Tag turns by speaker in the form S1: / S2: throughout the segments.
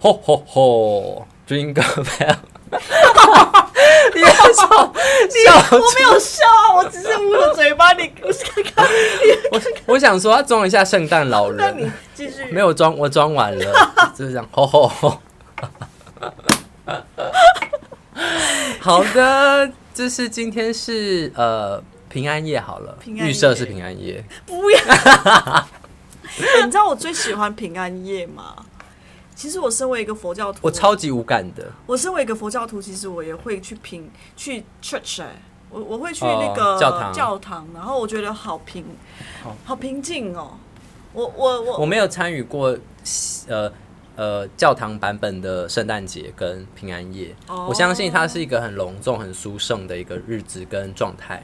S1: 吼吼吼，Jingle Bell，
S2: 你在笑？你 我没有笑啊，我只是捂着嘴巴。你 看看，
S1: 我我想说要装一下圣诞老
S2: 那你
S1: 人，
S2: 继续。
S1: 没有装，我装完 了，就是这样，吼吼吼。 好的，这是今天是呃平安夜好了，
S2: 平安夜
S1: 预设是平安夜，
S2: 不要、 欸你知道我最喜欢平安夜吗？其实我身为一个佛教徒，
S1: 我超级无感的，
S2: 我身为一个佛教徒，其实我也会去平去 church，、欸、我我会去
S1: 哦
S2: 那个
S1: 教堂
S2: 教堂，然后我觉得好平，好平静哦。我我我
S1: 我没有参与过呃呃教堂版本的圣诞节跟平安夜，
S2: 哦
S1: 我相信它是一个很隆重、很殊胜的一个日子跟状态。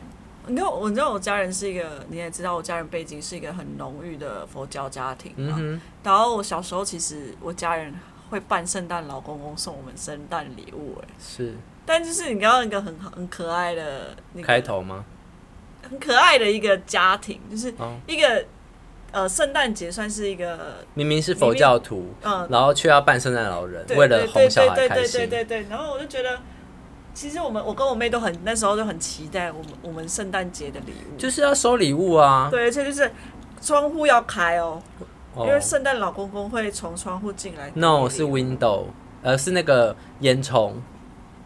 S2: 你知道，我你知道我家人是一个，你也知道我家人背景是一个很浓郁的佛教家庭
S1: 嗯
S2: 嘛。
S1: 哼，
S2: 然后我小时候其实我家人会扮圣诞老公公送我们圣诞礼物，哎，
S1: 是
S2: 但就是你刚刚一个很很可爱的那个
S1: 开头吗？
S2: 很可爱的一个家庭，就是
S1: 哦
S2: 一个、呃圣诞节算是一个
S1: 明明是佛教徒，
S2: 嗯
S1: 然后却要扮圣诞老人，
S2: 对
S1: 为了
S2: 对
S1: 哄小
S2: 对
S1: 孩
S2: 对
S1: 开
S2: 对对
S1: 心。
S2: 对对，然后我就觉得。其实我们，我跟我妹都很那时候就很期待我们我们圣诞节的礼物，
S1: 就是要收礼物啊！
S2: 对，而且就是窗户要开哦，
S1: 哦
S2: 因为圣诞老公公会从窗户进来。
S1: ，no 是 window，呃，是那个烟囱。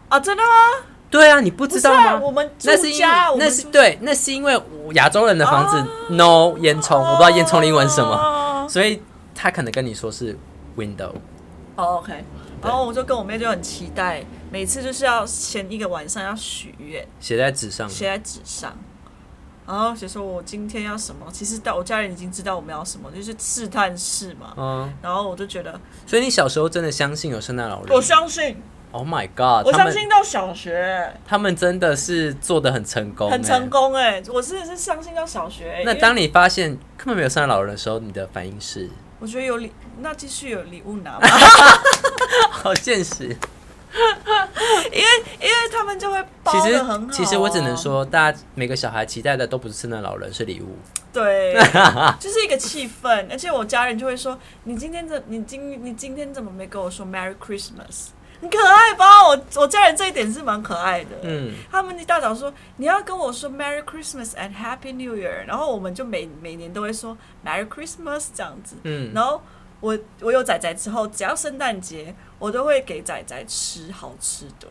S2: 啊，真的吗？
S1: 对啊，你不
S2: 不
S1: 知
S2: 是
S1: 道
S2: 啊，
S1: 吗？
S2: 我们住哦
S1: 那是因为
S2: 家，我们
S1: 那是对，那是因为我亚洲人的房子 no 烟囱，哦我不知道烟囱的英文是什么，
S2: 么。
S1: 所以他可能跟你说是 window。
S2: 哦，OK，然后我就跟我妹就很期待，每次就是要前一个晚上要许愿，
S1: 写在纸上，
S2: 写在纸上。然后写说我今天要什么，其实到我家人已经知道我们要什么，就是试探式嘛。
S1: 嗯，
S2: 然后我就觉得，
S1: 所以你小时候真的相信有圣诞老人
S2: 我相信，
S1: ？Oh my god！
S2: 我
S1: 他
S2: 相
S1: 们
S2: 信到小学
S1: 他们真的是做的很成功，
S2: 很成
S1: 功。
S2: 功哎、我真的是相信到小学、欸。
S1: 那
S2: 因为
S1: 当你发现根本没有圣诞老人的时候，你的反应是
S2: 我觉得有礼，那继续有礼物拿吧。
S1: 好现实。
S2: 因为他们就会包
S1: 其实
S2: 的很好、啊
S1: 其实我只能，说，大家每个小孩期待的都不是圣诞老人，是礼物。
S2: 对，就是一个气氛。而且我家人就会说：“你今天怎你今你今天怎么没跟我说 Merry Christmas？” 很可爱吧？我我家人这一点是蛮可爱的。
S1: 嗯，
S2: 他们一大早说你要跟我说 Merry Christmas and Happy New Year，然后我们就每每年都会说 Merry Christmas 这样子。
S1: 嗯
S2: 然后我我有仔仔之后，只要圣诞节，我都会给仔仔吃好吃的。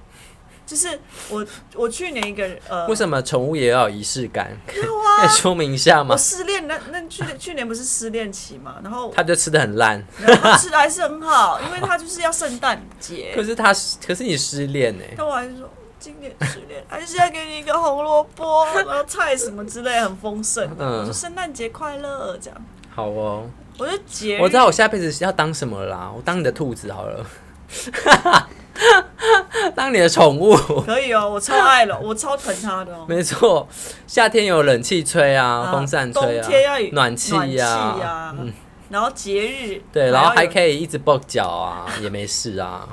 S2: 就是我我去年一个呃，
S1: 为什么宠物也要有仪式感？
S2: 有
S1: 可以
S2: 啊，
S1: 说明一下吗
S2: 我？失恋那那去年去年不是失恋期嘛，然后
S1: 他就吃的很烂，
S2: 然后他吃的还是很好，因为他就是要圣诞节
S1: 可。是他可是你失恋欸呢、
S2: 但我还是说今年失恋，还是要给你一个红萝卜，然后菜什么之类，很丰盛。
S1: 嗯
S2: 我说圣诞节快乐这样，
S1: 好哦，
S2: 我就节日
S1: 我知道我下辈子要当什么了啦，我当你的兔子好了，当你的宠物。
S2: 可以哦，我超爱了，我超疼他的哦。
S1: 没错，夏天有冷气吹啊，
S2: 啊
S1: 风扇吹啊，
S2: 冬天要有
S1: 暖气
S2: 暖
S1: 呀、
S2: 气啊然后节日
S1: 对，然后还可
S2: 以
S1: 以一直抱脚啊，也没事啊，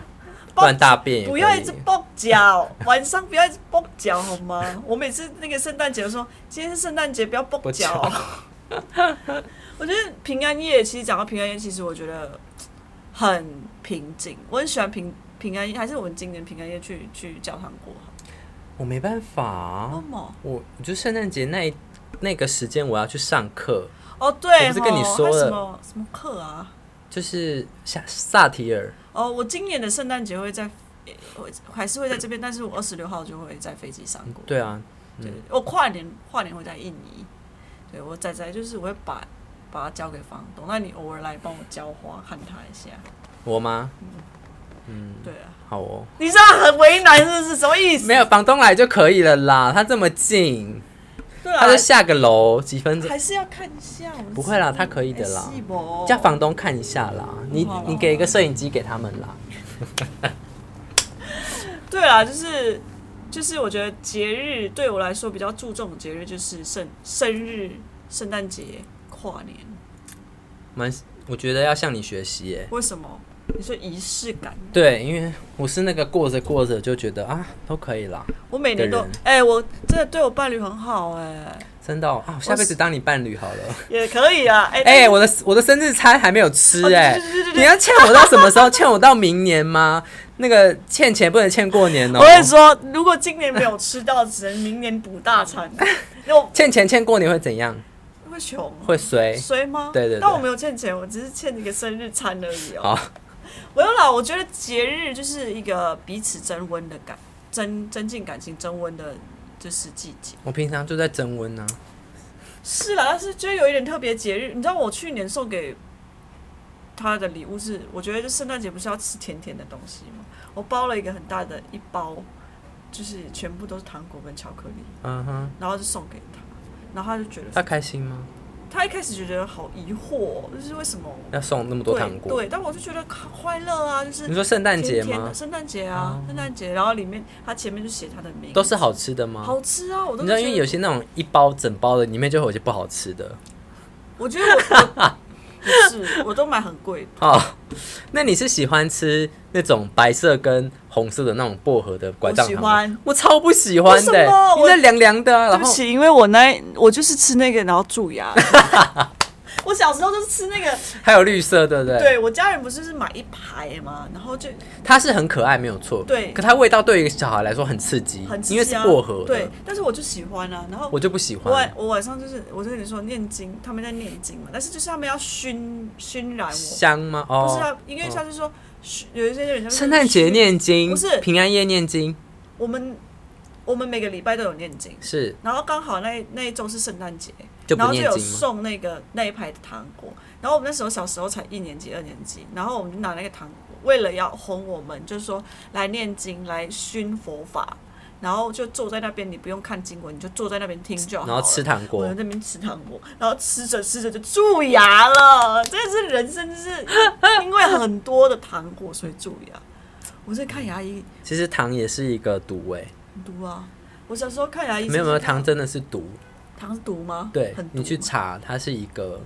S2: 抱
S1: 乱大便也可以。
S2: 不要一直蹦脚，晚上不要一直蹦脚好吗？我每次那个圣诞节我说今天是圣诞节，不要蹦脚
S1: 蹦。
S2: 我觉得平安夜，其实讲到平安夜，其实我觉得很平静，我很喜欢平平安夜，还是我们今年平安夜去去教堂过哦好。
S1: 我没办法、啊
S2: 为什么？
S1: 我我就圣诞节那一那个时间我要去上课，
S2: 哦，对，
S1: 我不是跟你
S2: 吼
S1: 说
S2: 还
S1: 了
S2: 什么什么课啊？
S1: 就是夏萨提尔，
S2: 哦，我今年的圣诞节会在，呃我还是会在这边，但是我二十六号就会在飞机上过。
S1: 对啊，
S2: 对，我跨年跨年会在印尼。对我仔仔就是我会把把它交给房东，那你偶尔来帮我浇花，看他一下。
S1: 我吗？
S2: 对啊，
S1: 好哦，
S2: 你这样很为难是不是？什么意思？
S1: 没有房东来就可以了啦，他这么近，
S2: 对啊
S1: 他，就下个楼几分钟，
S2: 还是要看哎一下。我
S1: 不会啦他可以的啦叫
S2: 啦。
S1: 房东看一下啦，你
S2: 好啊
S1: 你给一个摄影机给他们啦，
S2: 对啊，就是就是，我觉得节日对我来说比较注重的节日就是生生日、圣诞节、跨年。
S1: 蛮我觉得要向你学习耶。
S2: 为什么？你说仪式感？
S1: 对，因为我是那个过着过着就觉得啊，都可以啦，
S2: 我每年都
S1: 的人
S2: 哎、我真的对我伴侣很好哎、
S1: 真的哦啊！我下辈子当你伴侣好了。
S2: 也可以啊。哎、
S1: 哎、
S2: 但是
S1: 我的我的生日餐还没有吃
S2: 哦对
S1: 哎、
S2: 对对对对
S1: 你要欠我到什么时候？欠我到明年吗？ 那个欠钱不能欠过年哦。
S2: 我跟你说，如果今年没有吃到，只能明年补大 餐。那我
S1: 欠钱欠过年会怎样？
S2: 会穷吗？
S1: 会衰。
S2: 衰吗？
S1: 对对对
S2: 但我没有欠钱，我只是欠一个生日餐而已哦。
S1: 好，
S2: 我有啦，我觉得节日就是一个彼此增温的感，增增进感情、增温的，就是季节。
S1: 我平常就在增温啊呢、
S2: 是啦，但是觉得有一点特别节日，你知道我去年送给他的礼物是，我觉得就圣诞节不是要吃甜甜的东西吗？我包了一个很大的一包，就是全部都是糖果跟巧克力，
S1: 嗯哼，
S2: 然后就送给他，然后他就觉得
S1: 他开心吗？
S2: 他一开始就觉得好疑惑哦，就是为什么
S1: 要送那么多
S2: 对
S1: 糖果？
S2: 对，但我就觉得好快乐啊，就是
S1: 你说圣诞节
S2: 甜甜
S1: 吗
S2: 的？圣诞节啊
S1: 哦，
S2: 圣诞节，然后里面他前面就写他的名字，
S1: 都是好吃的吗？
S2: 好吃啊，我都
S1: 你知道，
S2: 觉
S1: 因
S2: 得
S1: 为有些那种一包整包的，里面就会有一些不好吃 的。
S2: 我觉得我不 是，我都买很贵的，
S1: 哦，那你是喜欢吃那种白色跟红色的那种薄荷的拐杖糖吗？
S2: 我喜欢
S1: 我超不喜欢的、
S2: 为什么
S1: 因为那凉凉的、啊，
S2: 对
S1: 然
S2: 不
S1: 后
S2: 起，因为我那我就是吃那个，然后蛀 牙。我小时候就是吃那个，
S1: 还有绿色，对不对？，
S2: 对我家人不是是买一排嘛，然后就
S1: 它是很可爱，没有错。
S2: 对
S1: 可它味道对于一个小孩来说很刺激，
S2: 很、啊、
S1: 因为是薄荷的，
S2: 对，但是我就喜欢啊。然后
S1: 我就不喜
S2: 我晚
S1: 欢。
S2: 我晚上就是我就跟你说念经，他们在念经嘛，但是就是他们要熏熏染我，
S1: 香吗？
S2: 不是
S1: 哦，
S2: 啊，因为他就说、熏有一些人他们
S1: 圣诞节
S2: 熏，
S1: 念经，
S2: 不是
S1: 平安夜念经，
S2: 我们我们每个礼拜都有念经，
S1: 是
S2: 然后刚好那那一周是圣诞节，
S1: 就
S2: 然
S1: 不
S2: 后就
S1: 念
S2: 有
S1: 经吗？
S2: 送那个那一排的糖果。然后我们那时候小时候才一年级、二年级，然后我们就拿那个糖果，为了要哄我们，就是说来念经、来熏佛法，然后就坐在那边，你不用看经文，你就坐在那边听就好
S1: 然后吃
S2: 了。
S1: 糖
S2: 我
S1: 果
S2: 在，那边吃糖果，然后吃着吃着就蛀牙了。这个是人生，就是因为很多的糖果所以蛀牙。我是看牙医
S1: 其实糖也是一个毒哎、
S2: 很毒啊，我小时候看牙医
S1: 没有没有，糖真的是毒。
S2: 糖是毒吗？
S1: 对
S2: 很，毒
S1: 你去
S2: 吗
S1: 查，它是一个，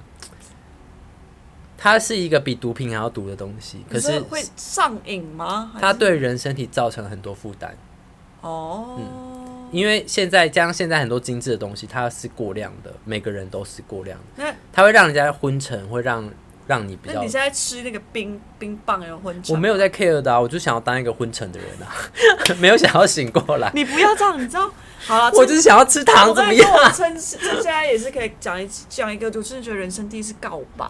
S1: 它是一个比毒品还要毒的东西，可
S2: 你说
S1: 是
S2: 会上瘾吗？还
S1: 它
S2: 是
S1: 对人身体造成了很多负担。
S2: 哦，
S1: 因为现在加上现在很多精致的东西，它是过量的，每个人都是过量的，
S2: 那
S1: 它会让人家昏沉，会让让你比
S2: 那
S1: 较
S2: 你。现在吃那个冰冰棒有昏沉？
S1: 我没有在 care 的、啊，我就想要当一个昏沉的人啊， 没有想要醒过来，
S2: 你不要这样，你 知道？好了，
S1: 我就是想要吃
S2: 趁
S1: 糖，怎么样
S2: 我跟你说我趁趁 现在也是可以讲一讲一个，我真的觉得人生第一次告白，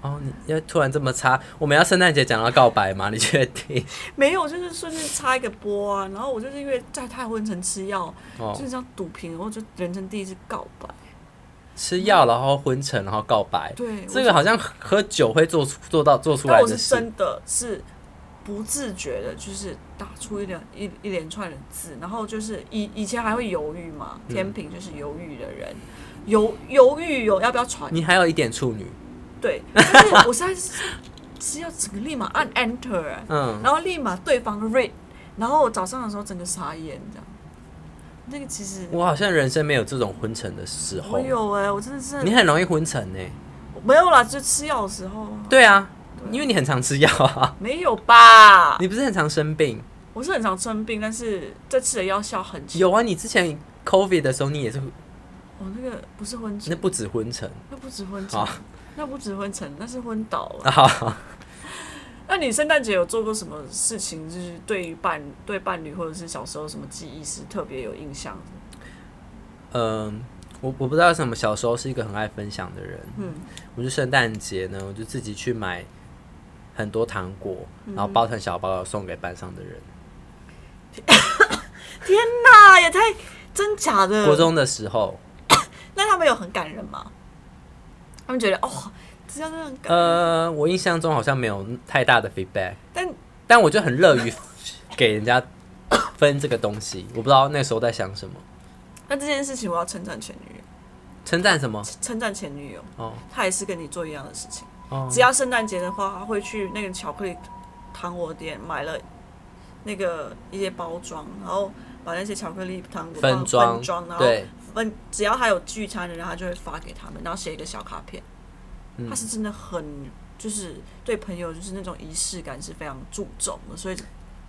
S1: 哦，你要突然这么差，我们要圣诞节讲到告白吗？你确定？
S2: 没有，就是顺便插一个播啊。然后我就是因为在太昏沉吃药，
S1: 哦
S2: 就，是这样毒品，然后就人生第一次告白。
S1: 吃药然后昏沉，然后告白，
S2: 对，
S1: 这
S2: 我
S1: 个好像喝酒会做出做到做出
S2: 但
S1: 来
S2: 我
S1: 的
S2: 是
S1: 事，
S2: 真的是不自觉的，就是打出一连一一连串的字，然后就是以以前还会犹豫嘛，
S1: 嗯
S2: 天平就是犹豫的人，犹犹豫有要不要传，
S1: 你还有一点处女，
S2: 对，但是我现在是是要整个立马按 enter，、欸
S1: 嗯，
S2: 然后立马对方 read，然后我早上的时候整个傻眼这样，那个其实
S1: 我好像人生没有这种昏沉的时
S2: 我
S1: 候，
S2: 有哎、我真的是
S1: 你很容易昏沉呢、
S2: 没有啦，就吃药的时候啊
S1: 对啊，因为你很常吃药啊，
S2: 没有吧？
S1: 你不是很常生病？
S2: 我是很常生病，但是这次的药效很强。
S1: 有啊，你之前 COVID 的时候，你也是，
S2: 我哦那个不是昏
S1: 那
S2: 沉，
S1: 不止昏沉
S2: 那不止昏沉
S1: 啊，
S2: 那不止昏沉，那是昏倒
S1: 啊，
S2: 了。
S1: 好
S2: 那你圣诞节有做过什么事情，就是对于伴对伴侣或者是小时候什么记忆是特别有印象的？
S1: 嗯。我我不知道为什么，小时候是一个很爱分享的人。
S2: 嗯，
S1: 我就圣诞节呢，我就自己去买很多糖果，
S2: 嗯
S1: 然后包成小包包送给班上的人。
S2: 天哪，啊也太真假的。
S1: 国中的时候，
S2: 那他们有很感人吗？他们觉得哦，这样真的很感人。
S1: 呃，我印象中好像没有太大的 feedback，
S2: 嗯但
S1: 但我就很乐于 给人家 分这个东西。我不知道那时候在想什么，
S2: 那这件事情我要称赞前女友，
S1: 称赞什么？
S2: 称赞前女友，
S1: 哦
S2: 她也是跟你做一样的事情。
S1: 哦
S2: 只要圣诞节的话，他会去那个巧克力糖果店买了那个一些包装，然后把那些巧克力糖果
S1: 分
S2: 放
S1: 装
S2: 分装，然后
S1: 对，
S2: 分只要他有聚餐的人，他就会发给他们，然后写一个小卡片。
S1: 嗯
S2: 他是真的很就是对朋友就是那种仪式感是非常注重的，所以这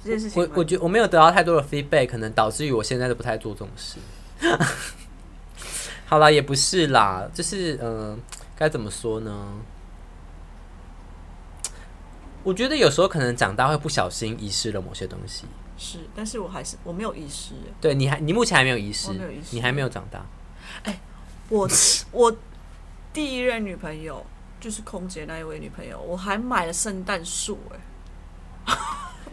S2: 件事情
S1: 我我觉我没有得到太多的 feedback，可能导致于我现在都不太做这种事。 好啦，也不是啦，就是嗯、呃该怎么说呢？我觉得有时候可能长大会不小心遗失了某些东西。
S2: 是，但是我还是我没有遗失。
S1: 对你还你目前还没有遗失
S2: 我没有遗，失
S1: 你还没有长大。
S2: 我我第一任女朋友就是空姐那一位女朋友，我还买了圣诞树哎。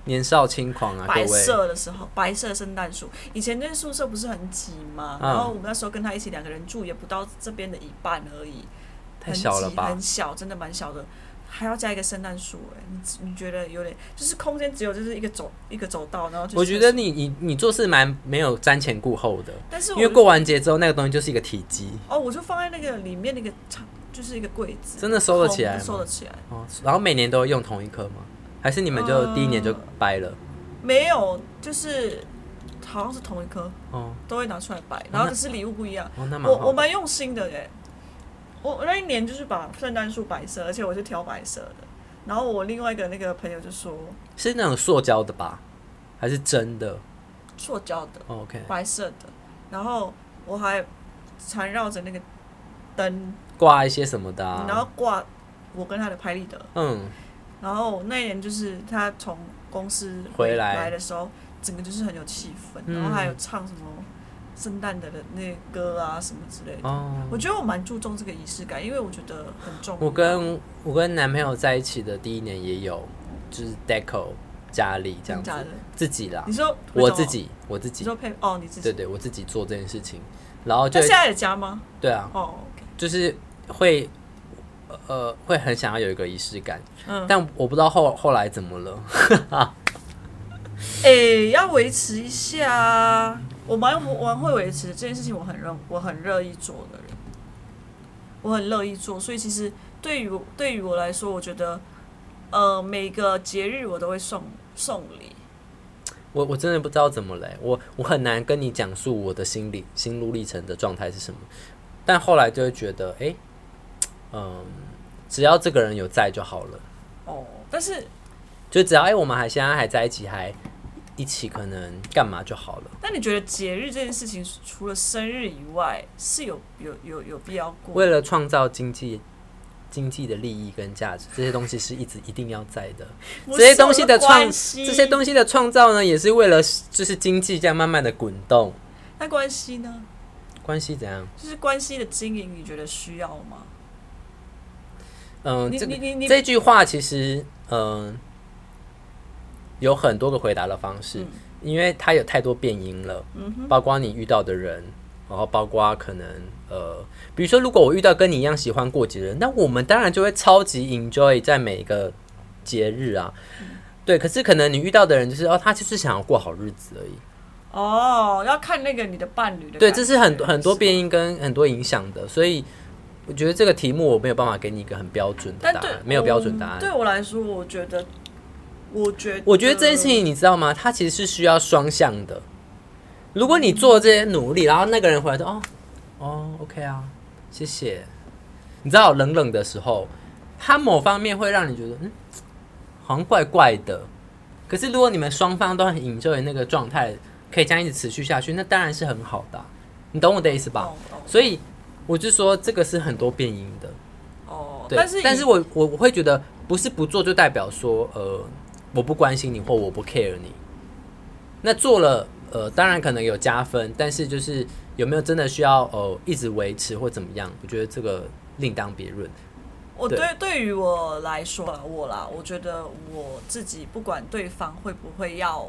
S1: 年少轻狂啊，各
S2: 白
S1: 位。
S2: 色的时候，白色圣诞树。以前那宿舍不是很挤嘛，
S1: 嗯
S2: 然后我们那时候跟他一起两个人住，也不到这边的一半而已，
S1: 太
S2: 很
S1: 小了
S2: 挤
S1: 吧
S2: 很？小，真的蛮小的。还要加一个圣诞树，哎，你你觉得有点，就是空间只有就是一个走一个走道，然后就是
S1: 我觉得，你你你做事蛮没有瞻前顾后的，
S2: 但是
S1: 因为
S2: 我
S1: 过完节之后那个东西就是一个体积
S2: 哦，我就放在那个里面那个长，就是一个柜子，
S1: 真的收得起来
S2: 空
S1: 吗
S2: 收得起来。
S1: 哦，然后每年都用同一颗吗？还是你们就
S2: 呃
S1: 第一年就掰了？
S2: 没有，就是好像是同一颗，
S1: 哦
S2: 都会拿出来摆，
S1: 那
S2: 然后只是礼物不一样。
S1: 哦，那蛮
S2: 我
S1: 好
S2: 我
S1: 的。
S2: 蛮用心的耶，我我那一年就是把圣诞树白色，而且我是挑白色的。然后我另外一个那个朋友就说
S1: 是那种塑胶的吧？还是真的、哦
S2: 塑胶的
S1: o k
S2: 白色的，然后我还缠绕着那个灯，
S1: 挂一些什么的、啊？
S2: 然后挂我跟他的拍立得。
S1: 嗯，
S2: 然后那一年就是他从公司
S1: 回来
S2: 来的时候，整个就是很有气氛，
S1: 嗯
S2: 然后还有唱什么圣诞的那个歌啊什么之类的。
S1: 哦，
S2: 我觉得我蛮注重这个仪式感，因为我觉得很重要。
S1: 我跟我跟男朋友在一起的第一年也有，就是 deco 家里这样子
S2: 真假，的？
S1: 自己啦
S2: 你，说
S1: 我自，己我自
S2: 你
S1: 己，
S2: 说配哦，你自
S1: 对
S2: 己。
S1: 对，我自己做这件事情，然后就
S2: 他现在也加吗？
S1: 对啊，
S2: 哦，OK，
S1: 就是会呃会很想要有一个仪式感，
S2: 嗯，
S1: 但我不知道后后来怎么了。
S2: 哎、要维持一下啊。我蛮我蛮会维持的这件事情，我很热，我很乐意做的人，我很乐意做。所以其实对于我对于我来说，我觉得，呃，每个节日我都会送送礼。
S1: 我我真的不知道怎么嘞，我我很难跟你讲述我的心理心路历程的状态是什么，但后来就会觉得，诶，嗯，只要这个人有在就好了，
S2: 哦，但是
S1: 就只要诶，我们还现在还在一起，还一起可能干嘛就好了。
S2: 那你觉得节日这件事情，除了生日以外，是有有有有必要过？
S1: 为了创造经济经济的利益跟价值，这些东西是一直一定要在的。
S2: 不
S1: 这些
S2: 是
S1: 东西
S2: 我
S1: 的创
S2: 关系
S1: 这些东西的创造呢，也是为了就是经济这样慢慢的滚动，
S2: 那关系呢？
S1: 关系怎样？
S2: 就是关系的经营，你觉得需要吗？
S1: 嗯，
S2: 你
S1: 这个
S2: 你你你
S1: 这句话其实，嗯，有很多个回答的方式，
S2: 嗯
S1: 因为它有太多变音了，
S2: 嗯
S1: 包括你遇到的人，然后包括可能呃，比如说，如果我遇到跟你一样喜欢过节的人，那我们当然就会超级 enjoy 在每一个节日啊。
S2: 嗯
S1: 对，可是可能你遇到的人就是哦，他就是想要过好日子而已。
S2: 哦，要看那个你的伴侣的感觉。
S1: 对，这是很多很多
S2: 是吧
S1: 变。音跟很多影响的，所以我觉得这个题目我没有办法给你一个很标准的
S2: 但
S1: 答
S2: 对
S1: 案，没有标准答案
S2: 嗯。对我来说，我觉得，我觉得，
S1: 我觉得这件事情你知道吗？它其实是需要双向的。如果你做这些努力，然后那个人回来说：“哦，哦，OK 啊，谢谢。”你知道冷冷的时候，他某方面会让你觉得嗯，好像怪怪的。可是如果你们双方都很 enjoy 那个状态，可以这样一直持续下去，那当然是很好的啊、你懂我的意思吧
S2: 哦？哦
S1: 所以我就说这个是很多变因的。
S2: 哦，
S1: 对，
S2: 但是
S1: 但
S2: 以
S1: 是我我我会觉得不是不做就代表说呃我不关心你或我不 care 你，那做了呃当然可能有加分，但是就是有没有真的需要呃一直维持或怎么样，我觉得这个另当别论。
S2: 我
S1: 对
S2: 对对于我来说啦，我啦，我觉得我自己不管对方会不会要，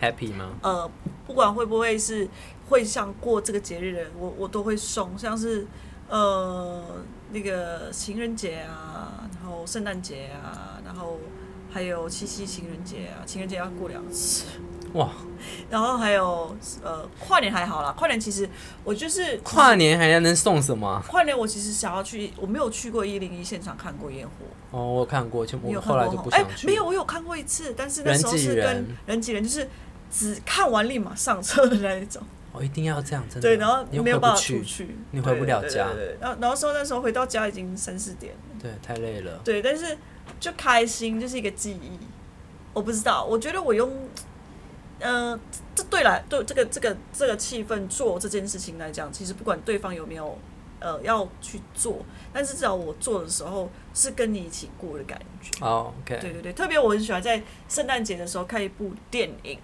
S1: Happy 吗？
S2: 呃，不管会不会是会像过这个节日的人，我我都会送，像是呃那个情人节啊，然后圣诞节啊，然后还有七夕情人节啊，情人节要过两次。
S1: 哇，
S2: 然后还有呃，跨年还好啦，跨年其实我就是
S1: 跨年还能送什么啊？
S2: 跨年，我其实想要去，我没有去过一零一现场看过烟火，
S1: 哦，我有看过，就
S2: 你有
S1: 我
S2: 看
S1: 后
S2: 过
S1: 来就
S2: 吗
S1: 不
S2: 哎、
S1: 想去。
S2: 没有，，我有看过一次，但是那时候是
S1: 人挤
S2: 跟
S1: 人
S2: 人挤人，就是只看完立马上车的那一种，
S1: 我、哦一定要这样，真的。
S2: 对，然后
S1: 你又
S2: 没有
S1: 回
S2: 办
S1: 不
S2: 法出
S1: 去，
S2: 去，
S1: 你回不了
S2: 对
S1: 家
S2: 对对对对然后然后说那时候回到家已经三四点了，
S1: 对，太累了。
S2: 对，但是就开心，就是一个记忆。我不知道，我觉得我用，呃，这对来对这个这个这个气氛做这件事情来讲，其实不管对方有没有呃要去做，但是至少我做的时候是跟你一起过的感觉。
S1: 哦，OK，
S2: 对对对，特别我很喜欢在圣诞节的时候看一部电影，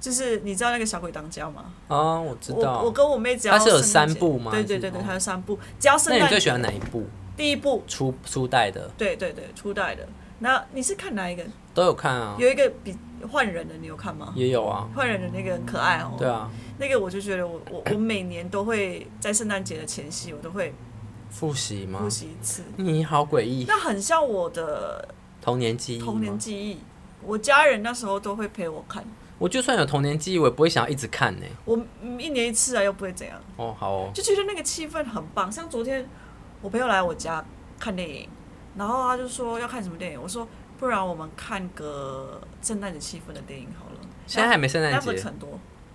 S2: 就是你知道那个《小鬼当家》吗？
S1: 哦，我知道。
S2: 我我跟我妹只要
S1: 它是有
S2: 圣
S1: 三
S2: 诞节
S1: 部吗
S2: 对对对
S1: 还
S2: 对，
S1: 是
S2: 它有三部，只要圣
S1: 那你
S2: 诞节
S1: 最喜欢哪一部？
S2: 第一部，
S1: 初初代的
S2: 对对对，初代的。那你是看哪一个？
S1: 都有看啊，
S2: 有一个比换人的，你有看吗？
S1: 也有啊，
S2: 换人的那个很可爱哦，
S1: 对啊，
S2: 那个我就觉得我我我每年都会在圣诞节的前夕，我都会
S1: 复习吗
S2: 复？习一次。
S1: 你好诡异，
S2: 那很像我的
S1: 童年记忆吗
S2: 童年记忆，我家人那时候都会陪我看，
S1: 我就算有童年记忆，我也不会想要一直看呢、
S2: 我嗯一年一次啊，又不会怎样，
S1: 哦，好哦，
S2: 就觉得那个气氛很棒。像昨天我朋友来我家看电影，然后他就说要看什么电影，我说不然我们看个圣诞节气氛的电影好了。
S1: 现在还没圣诞
S2: Netflix
S1: 节
S2: 很多。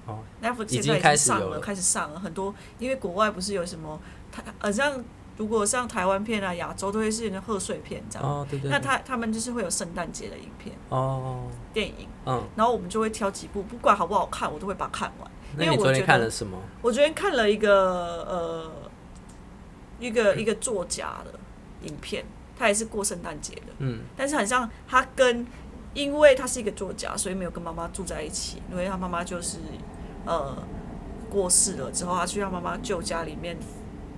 S1: 哦
S2: Netflix
S1: 已经
S2: 现在
S1: 开始
S2: 上
S1: 有
S2: 了，
S1: 了
S2: 开始上了很多，因为国外不是有什么台，呃，像如果像台湾片啊、亚洲都会是那贺岁片这样，
S1: 哦，对对
S2: 那
S1: 对，
S2: 他他们就是会有圣诞节的影片、
S1: 哦，
S2: 电影，
S1: 嗯，
S2: 然后我们就会挑几部，不管好不好看，我都会把它看完。
S1: 那
S2: 因为
S1: 你
S2: 我
S1: 昨
S2: 觉
S1: 天
S2: 得
S1: 看了什么？
S2: 我昨天看了一个呃，一个一个作家的影片，他也是过圣诞节的，
S1: 嗯，
S2: 但是很像他跟，因为他是一个作家，所以没有跟妈妈住在一起，因为他妈妈就是呃过世了之后，他去他妈妈旧家里面，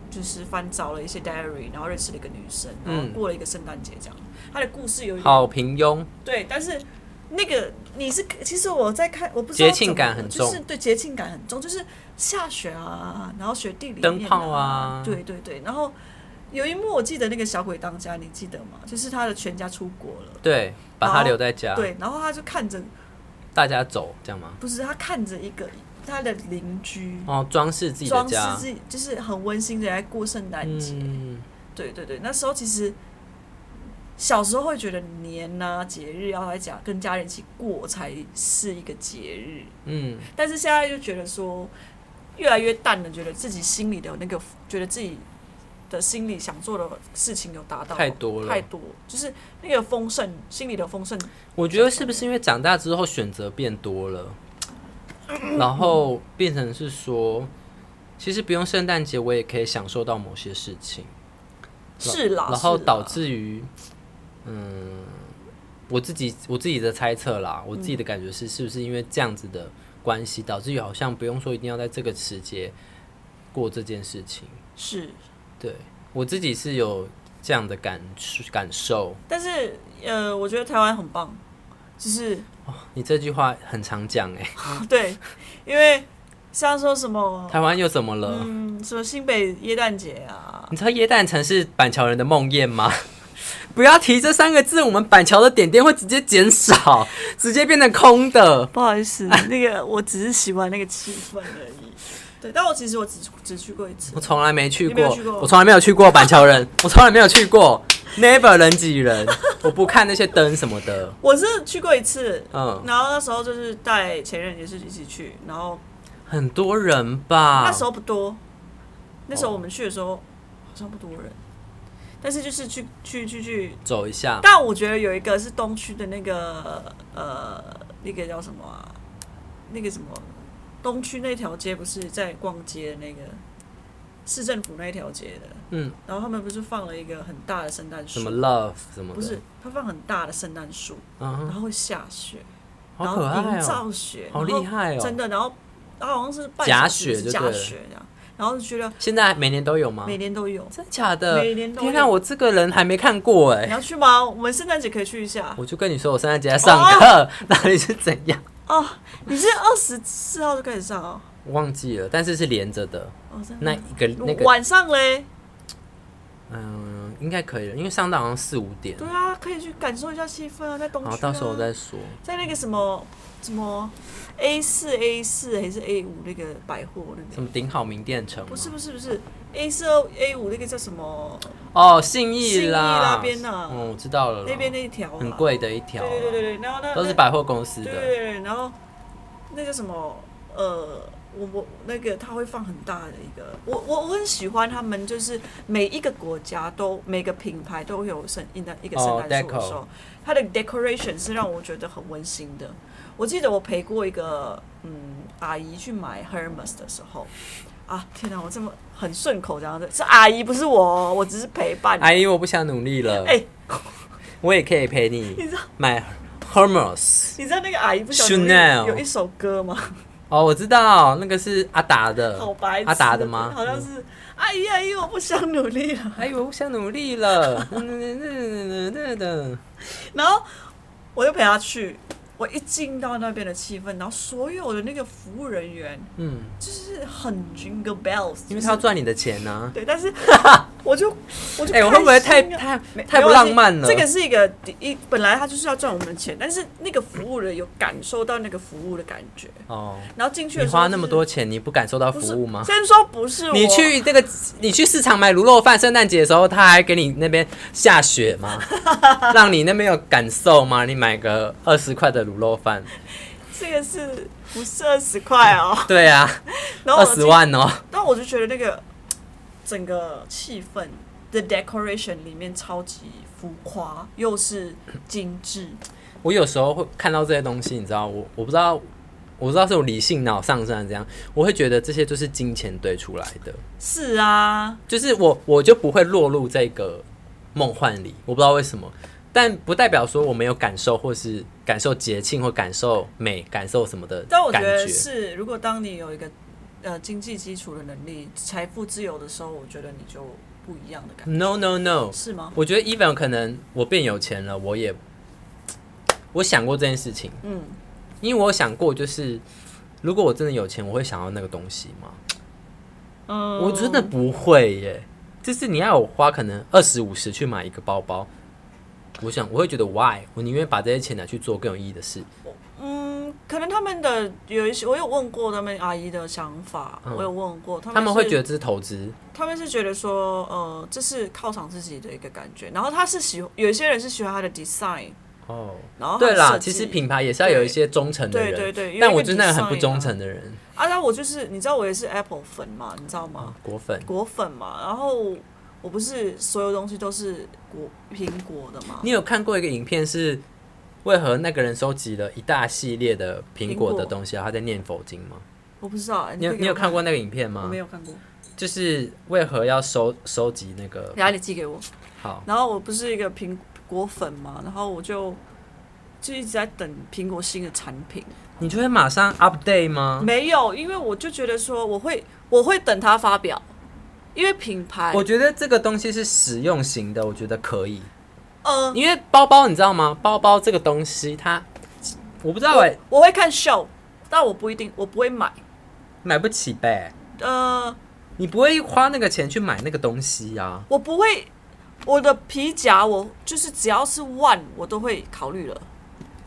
S2: 就是翻找了一些 diary，然后认识了一个女生，然后
S1: 嗯
S2: 过了一个圣诞节这样。他的故事有一点
S1: 好平庸，
S2: 对，但是那个你是其实我在看，我不知道
S1: 节庆感很重
S2: 怎么就是对节庆感很重，就是下雪啊，然后雪地里面
S1: 灯泡
S2: 啊
S1: 啊，
S2: 对对对，然后有一幕我记得那个小鬼当家，你记得吗？就是他的全家出国了，
S1: 对，啊把
S2: 然
S1: 他
S2: 后
S1: 留在家，
S2: 对，然后他就看着，
S1: 大家走这样吗？
S2: 不是他看着一个他的邻居。
S1: 哦，装饰自己的
S2: 装饰
S1: 家，
S2: 自己就是很温馨的在过圣诞节，
S1: 嗯，
S2: 对对对，那时候其实小时候会觉得年呐、节日要来讲跟家人一起过才是一个节日，
S1: 嗯，
S2: 但是现在就觉得说越来越淡了，觉得自己心里的那个，觉得自己的心里想做的事情有达到
S1: 太多了
S2: 太多，就是那个丰盛，心里的丰盛，
S1: 我觉得是不是因为长大之后选择变多 了，然后变成是说，其实不用圣诞节我也可以享受到某些事情，
S2: 是啦，
S1: 然后
S2: 是啦
S1: 导致于，嗯，我自己我自己的猜测啦，我自己的感
S2: 嗯
S1: 觉是，是不是因为这样子的关系，导致于好像不用说一定要在这个时节过这件事情，
S2: 是，
S1: 对我自己是有这样的感触感受。
S2: 但是呃，我觉得台湾很棒，就是
S1: 你这句话很常讲哎、
S2: 对，因为像说什么
S1: 台湾又怎么了？
S2: 嗯，什么新北耶诞节啊，
S1: 你知道耶诞城是板桥人的梦魇吗？ 不要提这三个字，我们板桥的点点会直接减少，直接变成空的。
S2: 不好意思， 那个我只是喜欢那个气氛而已。对，但我其实我只只去过一次
S1: 我，从来没去
S2: 你没有
S1: 过
S2: 去过，
S1: 我从来没有去过板桥人， 我从来没有去过 Never 人挤人， 我不看那些灯什么的。
S2: 我是去过一次，
S1: 嗯，
S2: 然后那时候就是带前任也是一起去，然后
S1: 很多人吧。
S2: 那时候不多，那
S1: 哦
S2: 时候我们去的时候好像不多人，但是就是去去去去，
S1: 走一下，
S2: 但我觉得有一个是东区的那个呃那个叫什么啊，那个什么东区那条街不是在逛街的那个市政府那一条街的，
S1: 嗯，
S2: 然后他们不是放了一个很大的圣诞
S1: 什
S2: 树
S1: 么？Love 什么的，
S2: 不是，他放很大的圣诞树，然
S1: 嗯，
S2: 后会下雪。然
S1: 好
S2: 后
S1: 可爱
S2: 营
S1: 哦，
S2: 造雪，
S1: 好
S2: 然后
S1: 厉害
S2: 真
S1: 哦。
S2: 的。然后它好像是半
S1: 假
S2: 小时
S1: 雪
S2: 是
S1: 就
S2: 假
S1: 对了
S2: 雪这样，然后就觉得
S1: 现在每年都有吗？
S2: 每年都有。
S1: 真假的
S2: 每年？都有
S1: 天啊，我这个人还没看过哎
S2: 你。要去吗？我们圣诞节可以去一下
S1: 我就跟你说，我圣诞节在上课， 到底是怎样？
S2: 哦。你是二十四号就开始上哦，
S1: 我忘记了，但是是连着的。
S2: 哦，真
S1: 那
S2: 的。
S1: 一个那个，
S2: 晚上嘞，
S1: 嗯，应该可以了，因为上到好像四五点
S2: 对。啊，可以去感受一下气氛啊，在东区、
S1: 好，
S2: 啊。
S1: 到时候我再说。
S2: 在那个什么什么 A 四 A 四还是 A 五那个百货那
S1: 什
S2: 边。
S1: 么顶好名店城吗？
S2: 不是不是不是，A 四 A 五那个叫什么？
S1: 哦，信
S2: 信
S1: 义
S2: 义
S1: 啦，
S2: 那边啊
S1: 嗯，我知道了啦，
S2: 那边那一条啦啊
S1: 很贵的一条啦，
S2: 对对对对对，然后那
S1: 都是
S2: 那
S1: 百货公司
S2: 对
S1: 的。
S2: 对对，然后那叫什么呃我我那个他会放很大的一个，我我我很喜欢他们，就是每一个国家都每个品牌都会有圣一个一个圣
S1: 哦
S2: 诞树的
S1: deco
S2: 时候，它的 decoration 是让我觉得很温馨的。我记得我陪过一个嗯阿姨去买 Hermes 的时候，啊天哪，我这么很顺口这样子，是阿姨不是我哦，我只是陪伴。
S1: 阿姨，我不想努力了，
S2: 哎、
S1: 我也可以陪
S2: 你
S1: 你
S2: 知道
S1: 买 Hermes。
S2: 你知道那个阿姨不小
S1: Chanel
S2: 有一首歌吗？
S1: 哦，我知道，那个是阿达的，
S2: 好白痴
S1: 阿嗯达的吗？
S2: 好像
S1: 嗯。
S2: 是哎阿姨阿姨，我不想努力了。
S1: 哎呦，我不想努力了。嗯嗯嗯嗯嗯
S2: 然后我就陪他去，我一进到那边的气氛，然后所有的那个服务人员
S1: 嗯，
S2: 就是很 Jingle Bells，
S1: 因为
S2: 就是
S1: 他要赚你的钱呢。
S2: 对，但是我就我就
S1: 哎，我会不会太
S2: 开心啊
S1: 太
S2: 没
S1: 太不
S2: 没关系
S1: 浪漫了？
S2: 这个是一个第一，本来他就是要赚我们的钱，但是那个服务人有感受到那个服务的感觉，
S1: 哦，
S2: 然后进去
S1: 你
S2: 的时候、
S1: 花那么多，钱，你不感受到
S2: 不是
S1: 服务吗？
S2: 先说不是 我，
S1: 你去这个，你去市场买卤肉饭，圣诞节的时候他还给你那边下雪 吗？让你那边有感受吗？你买个二十块的卤肉饭，
S2: 这个是不是二十块哦？
S1: 对啊，
S2: 然后
S1: 二
S2: 我
S1: 十
S2: 进
S1: 万哦、
S2: 但我就觉得那个整个气氛的 decoration 里面超级浮夸，又是精致，
S1: 我有时候会看到这些东西，你知道，我我不知道，我不知道是我理性脑上升还是怎样，我会觉得这些就是金钱堆出来的，
S2: 是啊，
S1: 就是我我就不会落入这个梦幻里，我不知道为什么。但不代表说我没有感受，或是感受节庆，或感受美，感受什么的
S2: 但我觉
S1: 感
S2: 得是，如果当你有一个呃经济基础的能力、财富自由的时候，我觉得你就不一样的感觉，
S1: No no no，
S2: 是吗？
S1: 我觉得 even 可能我变有钱了，我也我想过这件事情，
S2: 嗯，
S1: 因为我有想过就是如果我真的有钱，我会想要那个东西吗？
S2: 嗯
S1: 我真的不会耶，就是你要我花可能二十五十去买一个包包，我想我会觉得 why，我宁愿把这些钱拿去做更有意义的事。
S2: 嗯，可能他们的有一些，我有问过他们阿姨的想法，
S1: 嗯
S2: 我有问过他们，
S1: 他们会觉
S2: 得。
S1: 得这是投资，
S2: 他们是觉得说，呃，这是犒赏自己的一个感觉。然后他是喜，有一些人是喜欢他的 design，
S1: 哦，
S2: 然后他的
S1: 对啦，
S2: 设计
S1: 其实品牌也是要有一些忠诚的
S2: 对
S1: 人，
S2: 对对，
S1: 但
S2: 有一
S1: 我
S2: 个
S1: 就是那个很不
S2: design
S1: 忠诚的人
S2: 啊。啊，那我就是你知道我也是 Apple 粉嘛，你知道
S1: 啊，
S2: 吗？
S1: 果粉。
S2: 果粉嘛，然后我不是所有东西都是果苹果的嘛，
S1: 你有看过一个影片是为何那个人收集了一大系列的苹果的东西，然后他在念佛经吗？
S2: 我不知道、哎
S1: 你有
S2: 可以
S1: 你
S2: 给
S1: 有
S2: 我
S1: 看过那个影片
S2: 我
S1: 吗
S2: 没？有看过，
S1: 就是为何要收收集那个
S2: 等一下你寄给我。
S1: 好
S2: 然后我不是一个苹果粉嘛，然后我就就一直在等苹果新的产品。
S1: 你就会马上 update 吗？
S2: 没有，因为我就觉得说我会我会等它发表，因为品牌
S1: 我觉得这个东西是实用型的，我觉得可以，
S2: 呃，
S1: 因为包包你知道吗？包包这个东西它，我不知道哎、
S2: 我会看 show，但我不一定我不会买。
S1: 买不起呗，
S2: 呃，
S1: 你不会花那个钱去买那个东西啊？
S2: 我不会我的皮夹，我就是只要是 one 我都会考虑了。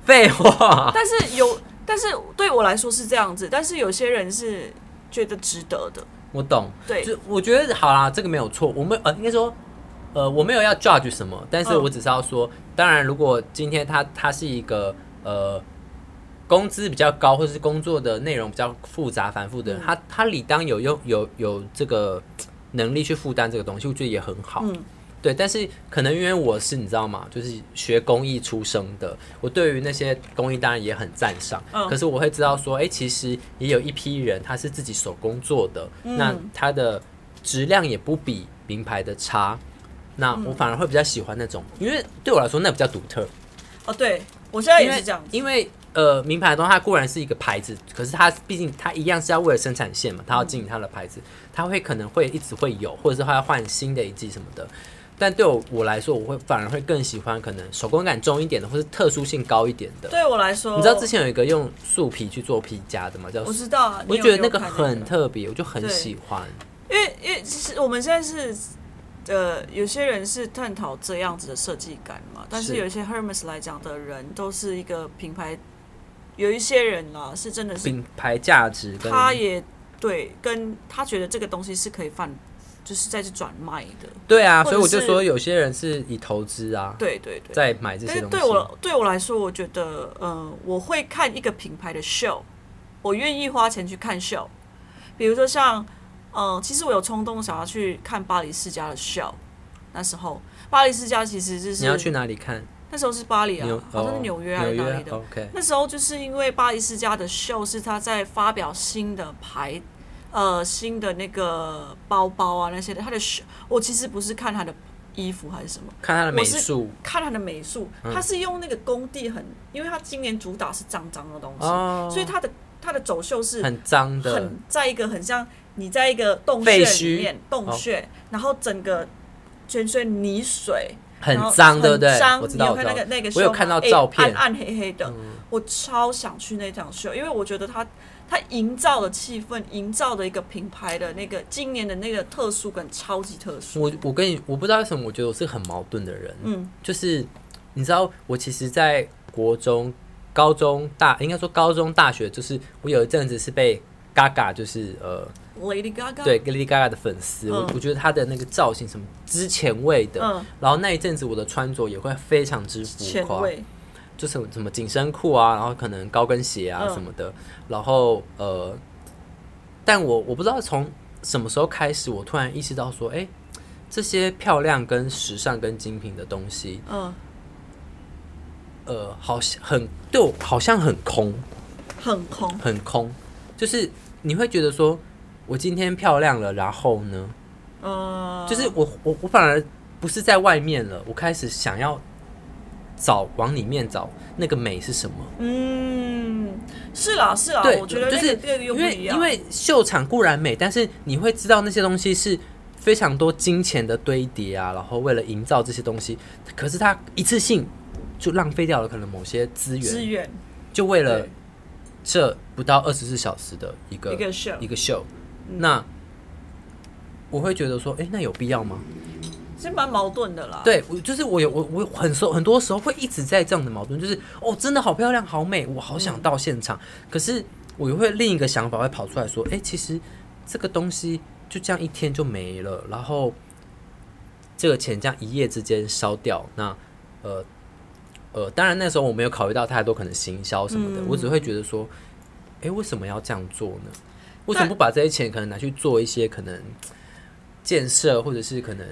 S1: 废话，
S2: 但是有，但是对我来说是这样子，但是有些人是觉得值得的。
S1: 我懂。
S2: 对，
S1: 就我觉得好啦，这个没有错，我们呃应该说，呃我没有要 judge 什么，但是
S2: 嗯
S1: 我只是要说，当然如果今天他他是一个呃工资比较高，或是工作的内容比较复杂繁复的人，
S2: 嗯
S1: 他他理当有用有有这个能力去负担这个东西，我觉得也很好。
S2: 嗯
S1: 对，但是可能因为我是你知道吗？就是学工艺出生的，我对于那些工艺当然也很赞赏，
S2: 嗯
S1: 可是我会知道说，哎、其实也有一批人他是自己手工做的，
S2: 嗯
S1: 那他的质量也不比名牌的差。那我
S2: 嗯
S1: 反而会比较喜欢那种，因为对我来说那比较独特，
S2: 哦，对我现在
S1: 因
S2: 也
S1: 为
S2: 是这样子。
S1: 因为呃，名牌的东西它固然是一个牌子，可是它毕竟它一样是要为了生产线嘛，它要经营它的牌子，它会可能会一直会有，或者是它要换新的一季什么的。但对我我来说，我会反而会更喜欢可能手工感重一点的，或是特殊性高一点的。
S2: 对我来说，
S1: 你知道之前有一个用树皮去做皮夹的吗？叫
S2: 我知道啊，
S1: 我
S2: 你
S1: 就觉得
S2: 有你有
S1: 那个
S2: 看
S1: 很特别，我就很
S2: 对
S1: 喜欢。
S2: 因为因为其实我们现在是，呃，有些人是探讨这样子的设计感嘛，但是
S1: 是
S2: 有一些 Hermes 来讲的人都是一个品牌，有一些人啦是真的是，
S1: 品牌价值跟
S2: 他也对，跟他觉得这个东西是可以贩，就是再去转卖的，
S1: 对啊，
S2: 或
S1: 所
S2: 者
S1: 以我就是说有些人是以投资啊，
S2: 对对对。
S1: 在买这
S2: 但
S1: 些
S2: 是
S1: 东西。
S2: 对我对我来说，我觉得，呃，我会看一个品牌的 show，我愿意花钱去看 show，比如说像，嗯，其实我有冲动想要去看巴黎世家的 show，那时候巴黎世家其实就是
S1: 你要去哪里看？
S2: 那时候是巴黎啊
S1: 纽，
S2: 好像
S1: 哦
S2: 是纽约还是
S1: 纽
S2: 哪
S1: 约
S2: 里的，
S1: ？OK，
S2: 那时候就是因为巴黎世家的秀是他在发表新的牌，呃，新的那个包包啊那些的。他的秀，我其实不是看他的衣服还是什么，
S1: 看他的美
S2: 我是
S1: 术
S2: 看他的美术，
S1: 嗯
S2: 他是用那个工地很，因为他今年主打是脏脏的东西，
S1: 哦，
S2: 所以他的他的走秀是
S1: 很脏的
S2: 很在一个很像你在一个洞
S1: 废
S2: 穴
S1: 墟哦
S2: 里面洞穴，然后整个全身泥水，
S1: 很
S2: 然后
S1: 脏，对不对
S2: 很？脏，
S1: 我知
S2: 你
S1: 道，
S2: 有
S1: 我知
S2: 看那
S1: 道
S2: 个。那个
S1: 我有
S2: 秀
S1: 看
S2: 吗哎啊
S1: 到
S2: 诶
S1: 照片嗯
S2: 暗暗黑黑的，我超想去那场秀，因为我觉得他他营造的气氛，营造的一个品牌的那个今年的那个特殊感超级特殊。
S1: 我我跟你，我不知道为什么，我觉得我是个很矛盾的人。
S2: 嗯，
S1: 就是你知道，我其实，在国中、高中、大，应该说高中、大学，就是我有一阵子是被 Gaga，就是呃，
S2: Lady Gaga，
S1: 对 Lady Gaga 的粉丝。我
S2: 嗯
S1: 我觉得她的那个造型什么之前卫的，
S2: 嗯，
S1: 然后那一阵子我的穿着也会非常之浮
S2: 前
S1: 夸，
S2: 卫，
S1: 就是什么紧身裤啊，然后可能高跟鞋啊
S2: 嗯
S1: 什么的，然后呃，但我我不知道从什么时候开始，我突然意识到说，哎、这些漂亮跟时尚跟精品的东西，
S2: 嗯，
S1: 呃，好像很对我好像很空，
S2: 很空，
S1: 很空，就是你会觉得说我今天漂亮了，然后呢，
S2: 嗯，
S1: 就是我我我反而不是在外面了，我开始想要找往里面找那个美是什么。
S2: 嗯，是啦是啦，
S1: 对，
S2: 我觉得
S1: 就
S2: 那
S1: 是
S2: 个那个又
S1: 因
S2: 不
S1: 为
S2: 一样，
S1: 因为秀场固然美，但是你会知道那些东西是非常多金钱的堆叠啊，然后为了营造这些东西，可是它一次性就浪费掉了可能某些资
S2: 资
S1: 源，
S2: 源
S1: 就为了
S2: 对
S1: 这不到二十四小时的一个
S2: 一个秀嗯
S1: 一个秀，那我会觉得说，哎、那有必要吗？
S2: 是蛮矛盾的啦。
S1: 对，我就是我有我我很多很多时候会一直在这样的矛盾，就是哦，真的好漂亮，好美，我好想到现场，可是我又会另一个想法会跑出来说，哎、其实这个东西就这样一天就没了，然后这个钱这样一夜之间烧掉，那呃呃，当然那时候我没有考虑到太多可能行销什么的，我只会觉得说，哎、为什么要这样做呢？为什么不把这些钱可能拿去做一些可能建设，或者是可能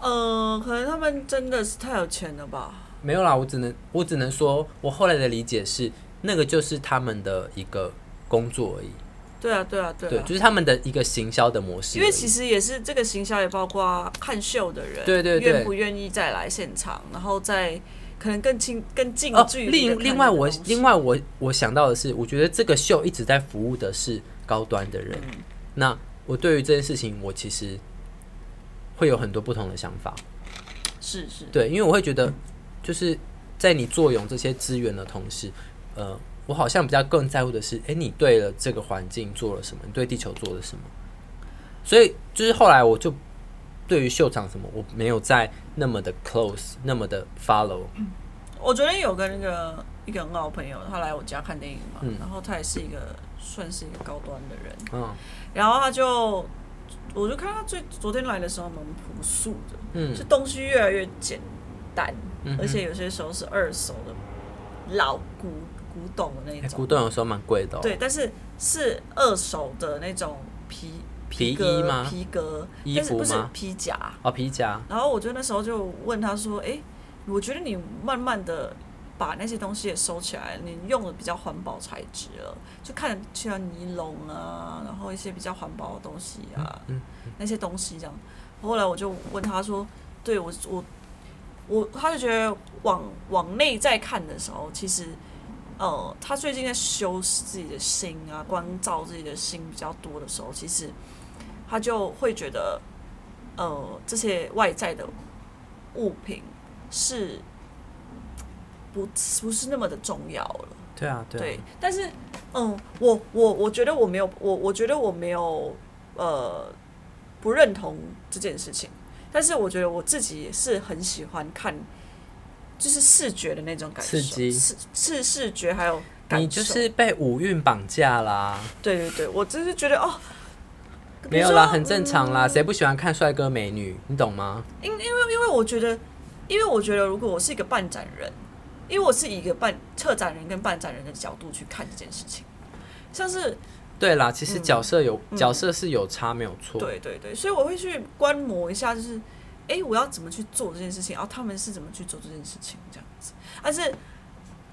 S2: 呃，可能他们真的是太有钱了吧？
S1: 没有啦，我只能我只能说，我后来的理解是，那个就是他们的一个工作而已，
S2: 对啊，对啊，对啊。
S1: 对，就是他们的一个行销的模式而已。
S2: 因为其实也是这个行销也包括看秀的人，
S1: 对对对
S2: 愿不愿意再来现场，然后再可能更近更近
S1: 哦，
S2: 距离地看这个
S1: 另
S2: 东西、
S1: 另外我另外我我想到的是，我觉得这个秀一直在服务的是高端的
S2: 嗯
S1: 人。那我对于这件事情，我其实会有很多不同的想法。
S2: 是是
S1: 对，因为我会觉得，就是在你坐拥这些资源的同时，呃，我好像比较更在乎的是，诶，你对了这个环境做了什么，你对地球做了什么。所以就是后来我就对于秀场什么，我没有再那么的 close，那么的 follow。
S2: 我昨天有跟那个一个很好的朋友，他来我家看电影嘛，然后他也是一个算是一个高端的人，
S1: 嗯
S2: 然后他就我就看他最昨天来的时候蛮朴素的，
S1: 嗯
S2: 就东西越来越简单，
S1: 嗯哼
S2: 而且有些时候是二手的老古古董的那
S1: 诶
S2: 种，
S1: 哎古董有时候蛮贵的、哦。
S2: 对，但是是二手的那种皮
S1: 皮
S2: 革
S1: 衣吗
S2: 皮革，
S1: 衣
S2: 但是
S1: 服
S2: 不是
S1: 吗
S2: 皮夹。
S1: 哦，皮夹。
S2: 然后我就那时候就问他说：“诶，我觉得你慢慢的把那些东西也收起来，你用的比较环保材质了，就看得去到尼龙啊，然后一些比较环保的东西啊，那些东西这样。”后来我就问他说：“对我我我，他就觉得往往内在看的时候，其实。”呃，他最近在修饰自己的心啊，关照自己的心比较多的时候，其实他就会觉得，呃，这些外在的物品是不不是那么的重要了。
S1: 对啊，对啊
S2: 对，但是，嗯，我我我觉得我没有，我我觉得我没有，呃，不认同这件事情。但是我觉得我自己是很喜欢看，就是视觉的那种感受，
S1: 刺激
S2: 视视视觉还有感受。
S1: 你就是被五运绑架啦，
S2: 对对对，我只是觉得哦，比
S1: 没
S2: 如
S1: 有啦，
S2: 说嗯
S1: 很正常啦，谁不喜欢看帅哥美女？你懂吗？
S2: 因因为因为我觉得，因为我觉得如果我是一个办展人，因为我是以一个办策展人跟办展人的角度去看这件事情，像是
S1: 对啦，其实角色有、
S2: 嗯
S1: 角色是有差没有错，
S2: 对对对，所以我会去观摩一下，就是，哎，我要怎么去做这件事情，然后他们是怎么去做这件事情，这样子。但是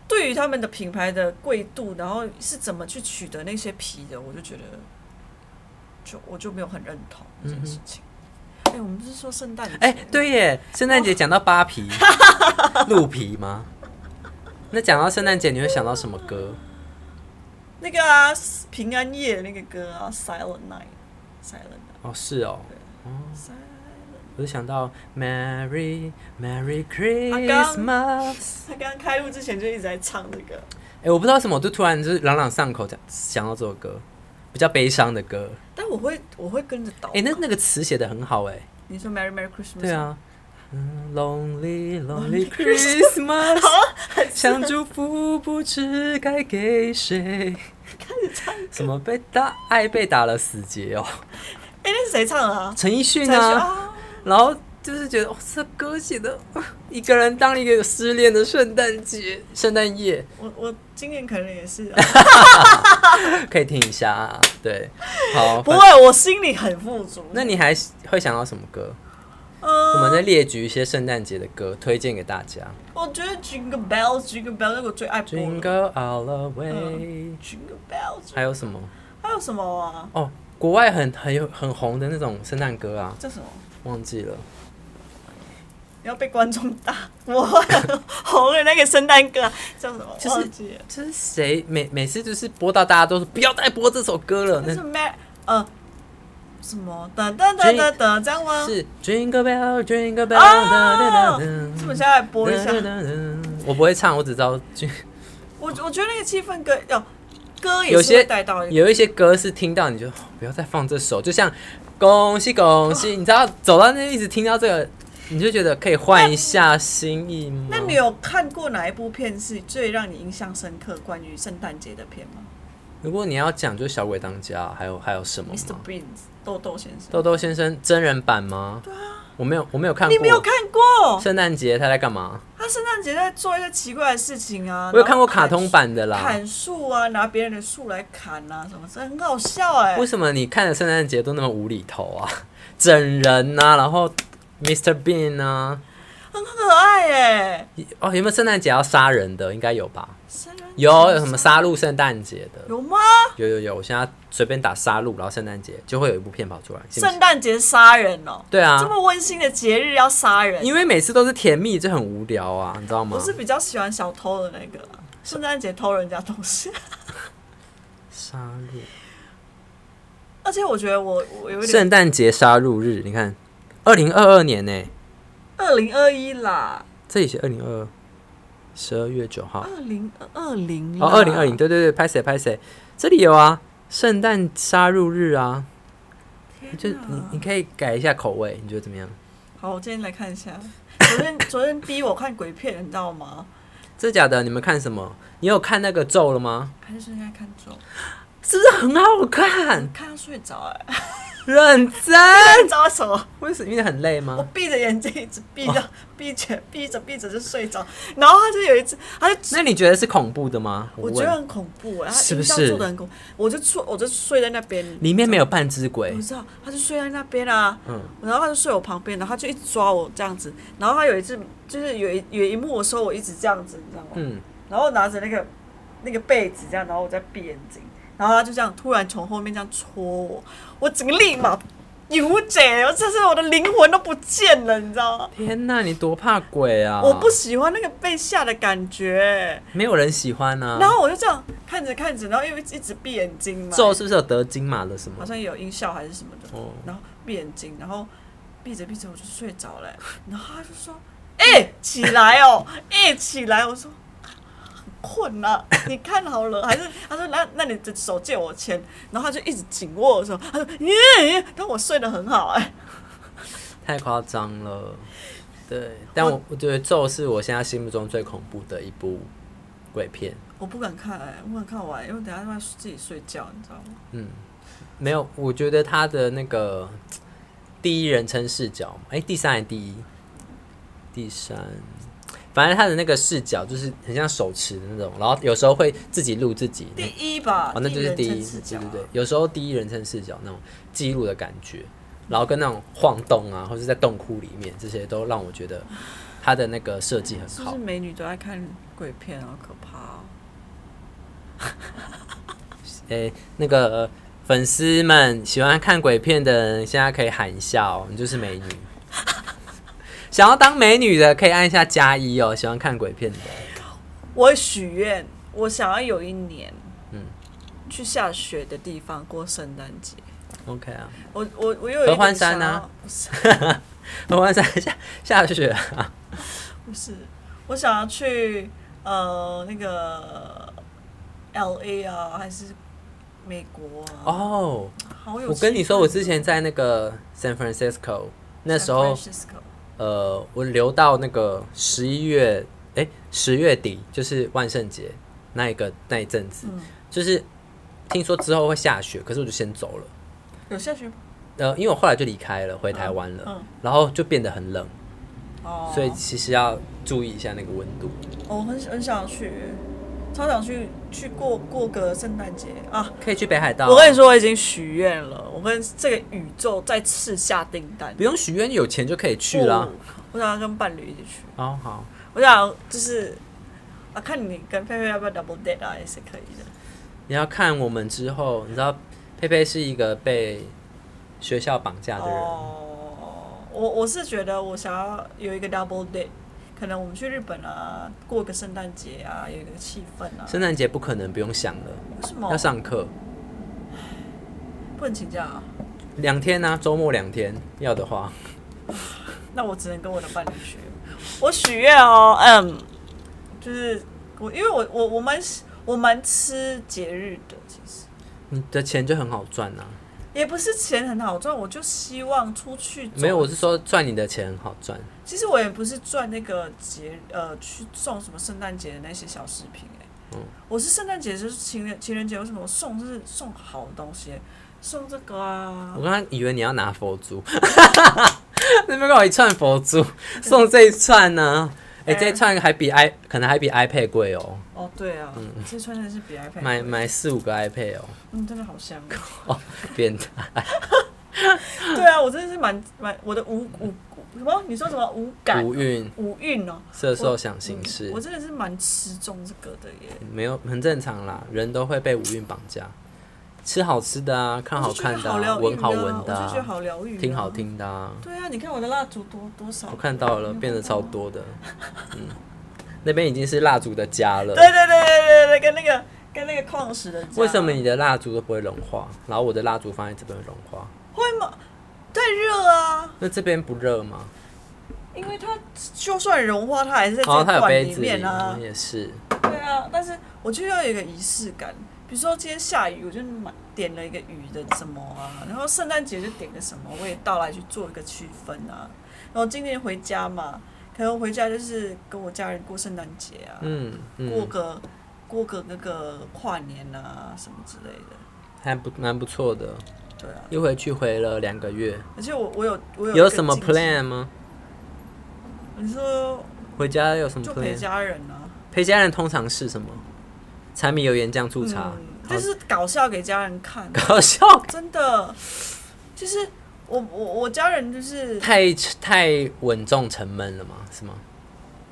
S2: 对于他们的品牌的贵度，然后是怎么去取得那些皮的，我就觉得，就我就没有很认同这件事情。哎、我们不是说圣诞节？
S1: 哎、对耶，圣诞节讲到扒 皮、鹿皮吗？那讲到圣诞节，你会想到什么歌？
S2: 那个啊，平安夜那个歌啊，Silent Night，Silent
S1: 哦，是哦，
S2: Night，Silent。
S1: 我就想到 Merry Merry
S2: 刚
S1: Christmas。
S2: 他刚刚开录之前就一直在唱这个，
S1: 哎、我不知道为什么，我就突然就是朗朗上口讲想到这首歌，比较悲伤的歌。
S2: 但我会我会跟着倒。
S1: 哎、那那个词写的很好哎。
S2: 你说 Merry Merry Christmas？
S1: 对啊。嗯 Lonely Lonely
S2: Lonely
S1: Christmas，想祝福不知该给谁。什么被打爱被打了死结哦，
S2: 哎、那是谁唱的啊？
S1: 陈奕迅
S2: 再去
S1: 啊，然后就是觉得哦，这歌写的 一个人当一个失恋的圣诞节、圣诞夜
S2: 我我今年可能也是、啊
S1: 可以听一下啊。对，好，
S2: 不
S1: 反
S2: 会，我心里很富足。
S1: 那你还会想到什么歌？我
S2: 呃，
S1: 们再列举一些圣诞节的歌推荐给大家。
S2: 我觉得 Jingle Bell Jingle Bell 那个我最爱播的
S1: Jingle All the Way，
S2: Jingle Bell，
S1: 还有什么？
S2: 还有什么啊？
S1: 哦，国外很很有很红的那种圣诞歌啊，
S2: 叫什么？
S1: 忘记了。
S2: 你要被观众打，我 红的那个圣诞歌啊叫什么？
S1: 就是
S2: 忘记了。
S1: 这是谁？每每次就是播到大家都说不要再播这首歌了，
S2: 那
S1: 啊那
S2: 是 Mer 呃什么？噔噔噔噔噔，这样吗？
S1: 是 Jingle Bell Jingle Bell，哒哒哒哒，
S2: 啊是不是现在播一下？
S1: 哒哒哒我不会唱，我只知道 Jing-
S2: 我我觉得那个气氛歌，哦，歌也
S1: 有
S2: 是会
S1: 些
S2: 带到一个
S1: 有一些歌是听到你就哦不要再放这首，就像恭喜恭喜，你知道走到那一直听到这个，你就觉得可以换一下心意吗？
S2: 那你有看过哪一部片是最让你印象深刻关于圣诞节的片吗
S1: 如果你要讲，就是《小鬼当家》，还有还有什么吗
S2: ？Mr. Beans 豆豆先生，
S1: 豆豆先生真人版吗？对啊，我没有，我没有看过。
S2: 你没有看过？
S1: 圣诞节他在干嘛？
S2: 他圣诞节在做一些奇怪的事情啊。
S1: 我有看过
S2: 然后
S1: 卡
S2: 砍
S1: 通版的
S2: 树
S1: 啦。
S2: 砍树啊，拿别人的树来砍啊，什么这很好笑哎、
S1: 为什么你看的圣诞节都那么无厘头啊？ 整人呐、然后 Mr. Bean 啊，
S2: 很可爱哎、
S1: 哦，有没有圣诞节要杀人的？应该有吧？
S2: 圣诞节
S1: 有有什么杀戮圣诞节的？
S2: 有吗？
S1: 有有有，我现在随便打杀戮，然后圣诞节就会有一部片跑出来。信不信
S2: 圣诞节杀人哦、
S1: 对啊
S2: 这，么温馨的节日要杀人，
S1: 因为每次都是甜蜜，就很无聊啊，你知道吗
S2: 我？是比较喜欢小偷的那个啊、圣诞节偷人家东 西。
S1: 杀戮，
S2: 而且我觉得我我有点
S1: 圣诞节杀戮日，你看，二零二二年呢、
S2: 二零二一啦，
S1: 这里写二零二二，十二月九号
S2: 二零二零
S1: 啊哦，二零二零，。对对对，拍谁拍谁，这里有啊，圣诞杀入日啊，就
S2: 天
S1: 是你
S2: 哪
S1: 你可以改一下口味，你觉得怎么样？
S2: 好，我今天来看一下。昨天 昨天逼我看鬼片，你知道吗？
S1: 真的假的？你们看什么？你有看那个咒了吗？
S2: 还是应该看咒，
S1: 是不是很好看？
S2: 看到睡着 哎、
S1: 认真？
S2: 睡着什么？
S1: 为什么？因为很累
S2: 我
S1: 吗？
S2: 闭着眼睛一直闭
S1: 哦
S2: 着， 闭着闭着闭着就睡着。然后他就有一次，他就
S1: 那你觉得是恐怖的吗？
S2: 我
S1: 问
S2: 觉得很恐怖哎、
S1: 是不
S2: 他
S1: 是
S2: 营销做的很恐怖，我就睡我就睡在那边，
S1: 里面没有半只鬼
S2: 我，知道，他就睡在那边啊。
S1: 嗯，
S2: 然后他就睡我旁边，然后他就一直抓我这样子。然后他有一次就是有一有一幕的时候，我一直这样子，你知道吗？
S1: 嗯，
S2: 然后拿着那个那个被子这样，然后我在闭眼睛，然后他就这样突然从后面这样戳我，我整个立马有解，我这是我的灵魂都不见了，你知道吗？
S1: 天哪，你多怕鬼啊！
S2: 我不喜欢那个被吓的感觉，
S1: 没有人喜欢啊。
S2: 然后我就这样看着看着，然后因为一直闭眼睛嘛，
S1: 咒是不是有得金马的什么
S2: 好？像有音效还是什么的，
S1: 哦，
S2: 然后闭眼睛，然后闭着闭着我就睡着 了欸、然后他就说：“哎、起来哦，哎、起来！”我说：“很 困啊，你看好了。”还是他说：“那那你的手借我牵。”然后他就一直紧握我手，他说：“耶耶！”但我睡得很好哎、
S1: 太夸张了，对，但我我觉得《咒》是我现在心目中最恐怖的一部鬼片。
S2: 我不敢看哎、我不敢看完，因为等一下他妈自己睡觉，你知道吗？
S1: 嗯，没有，我觉得他的那个嘖第一人称视角，哎、第三还是第一？第三，反正他的那个视角就是很像手持的那种，然后有时候会自己录自己，
S2: 第一吧，
S1: 哦，那就是第
S2: 第
S1: 一，
S2: 视
S1: 对
S2: 角
S1: 对
S2: 啊
S1: 对，有时候第一人称视角那种记录的感觉，然后跟那种晃动啊，或是在洞窟里面，这些都让我觉得他的那个设计
S2: 是
S1: 很
S2: 不
S1: 好
S2: 是。美女都爱看鬼片啊？好可怕哦！
S1: 诶、那个呃粉丝们喜欢看鬼片的人，现在可以喊一下哦，你就是美女。 想要当美女的可以按一下加一哦，喜欢看鬼片的。
S2: 我许愿，我想要有一年，
S1: 嗯
S2: 去下雪的地方过圣诞节。
S1: OK 啊，
S2: 我我我有一
S1: 合欢
S2: 点
S1: 山
S2: 想
S1: 啊
S2: 要，不是
S1: 合欢山下下雪啊，
S2: 不是，我想要去呃那个 L A 啊，还是美国啊？
S1: 哦，
S2: 好有
S1: 我跟你说，我之前
S2: 在
S1: 在那个 San Francisco 那时候
S2: 啊
S1: 呃，我留到那个十一月，哎、十月底就是万圣节那一个那一阵子，
S2: 嗯
S1: 就是听说之后会下雪，可是我就先走了。
S2: 有下雪吗
S1: 呃，因为我后来就离开了，回台湾了，
S2: 嗯
S1: 然后就变得很冷，
S2: 哦，
S1: 所以其实要注意一下那个温度。
S2: 哦我很很想去，超想去去过过个圣诞节啊！
S1: 可以去北海道啊、
S2: 我跟你说，我已经许愿了，我跟这个宇宙再次下订单
S1: 不。用许愿，有钱就可以去啦。
S2: 不哦我想要跟伴侣一起去，
S1: 哦，好，
S2: 我想要就是啊，看你跟佩佩要不要 double date 啊，也是可以的。
S1: 你要看我们之后，你知道佩佩是一个被学校绑架的人，
S2: 哦，我我是觉得我想要有一个 double date，可能我们去日本啊，过个圣诞节啊，有一个气氛啊。
S1: 圣诞节不可能不用想了，
S2: 为什么
S1: 要上课。
S2: 不能请假啊？
S1: 两天呢、周末两天，要的话，
S2: 那我只能跟我的伴侣许愿。我许愿哦，嗯，就是我，因为我我我蛮喜我蛮吃节日的，其实
S1: 你的钱就很好赚呐、啊。
S2: 也不是钱很好赚，我就希望出去走啊
S1: 没有，我是说赚你的钱很好赚。
S2: 其实我也不是赚那个节呃去送什么圣诞节的那些小饰品哎、
S1: 嗯
S2: 我是圣诞节就是情人情人节，为什么我送就是送好东西、送这个啊
S1: 我，刚刚以为你要拿佛珠，那边给我一串佛珠，送这一串呢、哎、这一串还比 i 可能还比 iPad 贵哦，
S2: 哦对啊，这穿的是比 iPad
S1: 买
S2: 贵
S1: 买四五个 iPad 哦，
S2: 嗯真的好香、哦。
S1: 变态。
S2: 对啊，我真的是蛮蛮我的无无什么？你说什么无感
S1: 无韵
S2: 无韵哦？
S1: 色受想行
S2: 嗯
S1: 识
S2: 哦我，真的是蛮吃重这个的耶。
S1: 没有很正常啦，人都会被无韵绑架。吃好吃的啊，看好
S2: 我就觉得
S1: 看的、
S2: 好疗愈啊，
S1: 闻好闻的、
S2: 我就觉得
S1: 啊，
S2: 好疗愈、啊，
S1: 听好。听的、啊。
S2: 对啊，你看我的蜡烛多多少？
S1: 我看到了，变得超多的。嗯， 那边已经是蜡烛的家了。
S2: 对对对对对对，跟那个跟那个矿石的家。
S1: 为什么你的蜡烛都不会融化，然后我的蜡烛放在这边融化？
S2: 会吗？太热啊！
S1: 那这边不热吗？
S2: 因为它就算融化，它还是在这
S1: 哦，
S2: 个
S1: 它有
S2: 罐
S1: 杯
S2: 里
S1: 子里，
S2: 面啊
S1: 嗯。也是。
S2: 对啊，但是我就要有一个仪式感。比如说今天下雨，我就买点了一个雨的什么啊，然后圣诞节就点个什么味道来去做一个区分啊。然后今天回家嘛，可能回家就是跟我家人过圣诞节啊，
S1: 嗯
S2: 过
S1: 嗯，
S2: 个过个那个跨年啊什么之类的。
S1: 还不蛮不错的。
S2: 对啊，
S1: 一回去回了两个月，
S2: 而且我我有我有
S1: 有
S2: 一个
S1: 什么
S2: 惊喜
S1: plan 吗？
S2: 你说
S1: 回家有什么
S2: 就陪
S1: plan？
S2: 家人啊，
S1: 陪家人通常是什么？柴米油盐酱醋茶
S2: 嗯，
S1: 好
S2: 就是搞笑给家人看，啊
S1: 搞笑，
S2: 真的，就是我我我家人就是
S1: 太太稳重沉闷了吗？是吗？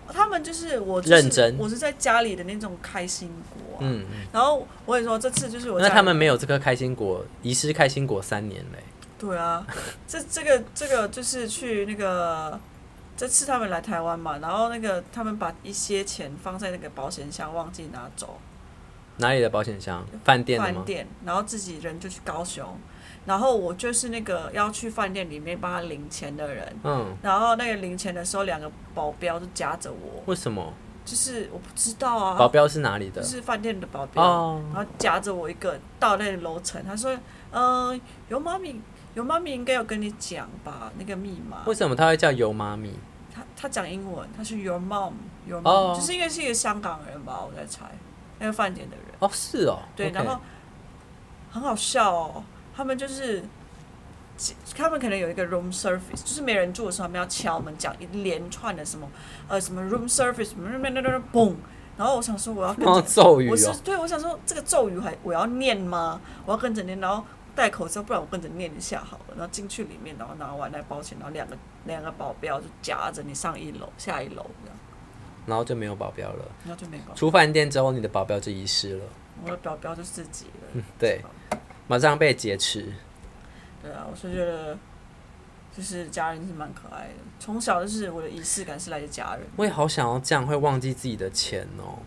S2: 他们就是我就是
S1: 认真
S2: 我是在家里的那种开心果啊、
S1: 嗯。嗯
S2: 然后我也说这次就是我家
S1: 那
S2: 人
S1: 他们没有这颗开心果，遗失开心果三年嘞、
S2: 对啊，这这个这个就是去那个。这次他们来台湾嘛，然后那个他们把一些钱放在那个保险箱，忘记拿走，
S1: 哪里的保险箱？饭店的
S2: 饭
S1: 吗？
S2: 店，然后自己人就去高雄，然后我就是那个要去饭店里面帮他领钱的人，
S1: 嗯，
S2: 然后那个零钱的时候，两个保镖就夹着我，
S1: 为什么？
S2: 就是我不知道
S1: 保
S2: 啊，
S1: 镖是哪里的
S2: 就？是啊饭店的保镖，
S1: 哦
S2: 然后夹着我一个到那个楼层，他说，呃，有妈咪，有妈咪应该有跟你讲吧，那个密码
S1: 为。什么他会叫油妈咪？
S2: 他他讲英文，他是 your mom，your mom，、
S1: 哦
S2: 就是因为是一个香港人吧，我在猜，那个饭店的人。
S1: 哦，是哦。
S2: 对
S1: OK
S2: 然后很好笑哦，他们就是他们可能有一个 room service，就是没人住的时候，他们要敲门讲一连串的什么呃什么 room service，什么什么什么什么嘣。然后我想说我要跟
S1: 哦，
S2: 着，
S1: 咒语
S2: 我是
S1: 哦，
S2: 对我想说这个咒语还我要念吗？我要跟着念，然后戴口罩，不然我跟着念一下好了。然后进去里面，然后拿完那包钱，然后两个两个保镖就夹着你上一楼下一楼这样，
S1: 然后就没有保镖了。
S2: 然后就没搞。
S1: 出饭店之后，你的保镖就遗失了，
S2: 我的保镖就自己了。
S1: 对，马上被劫持。
S2: 对啊，我是觉得就是家人是蛮可爱的。从小就是我的仪式感是来自家人，
S1: 我也好想要这样，会忘记自己的钱哦。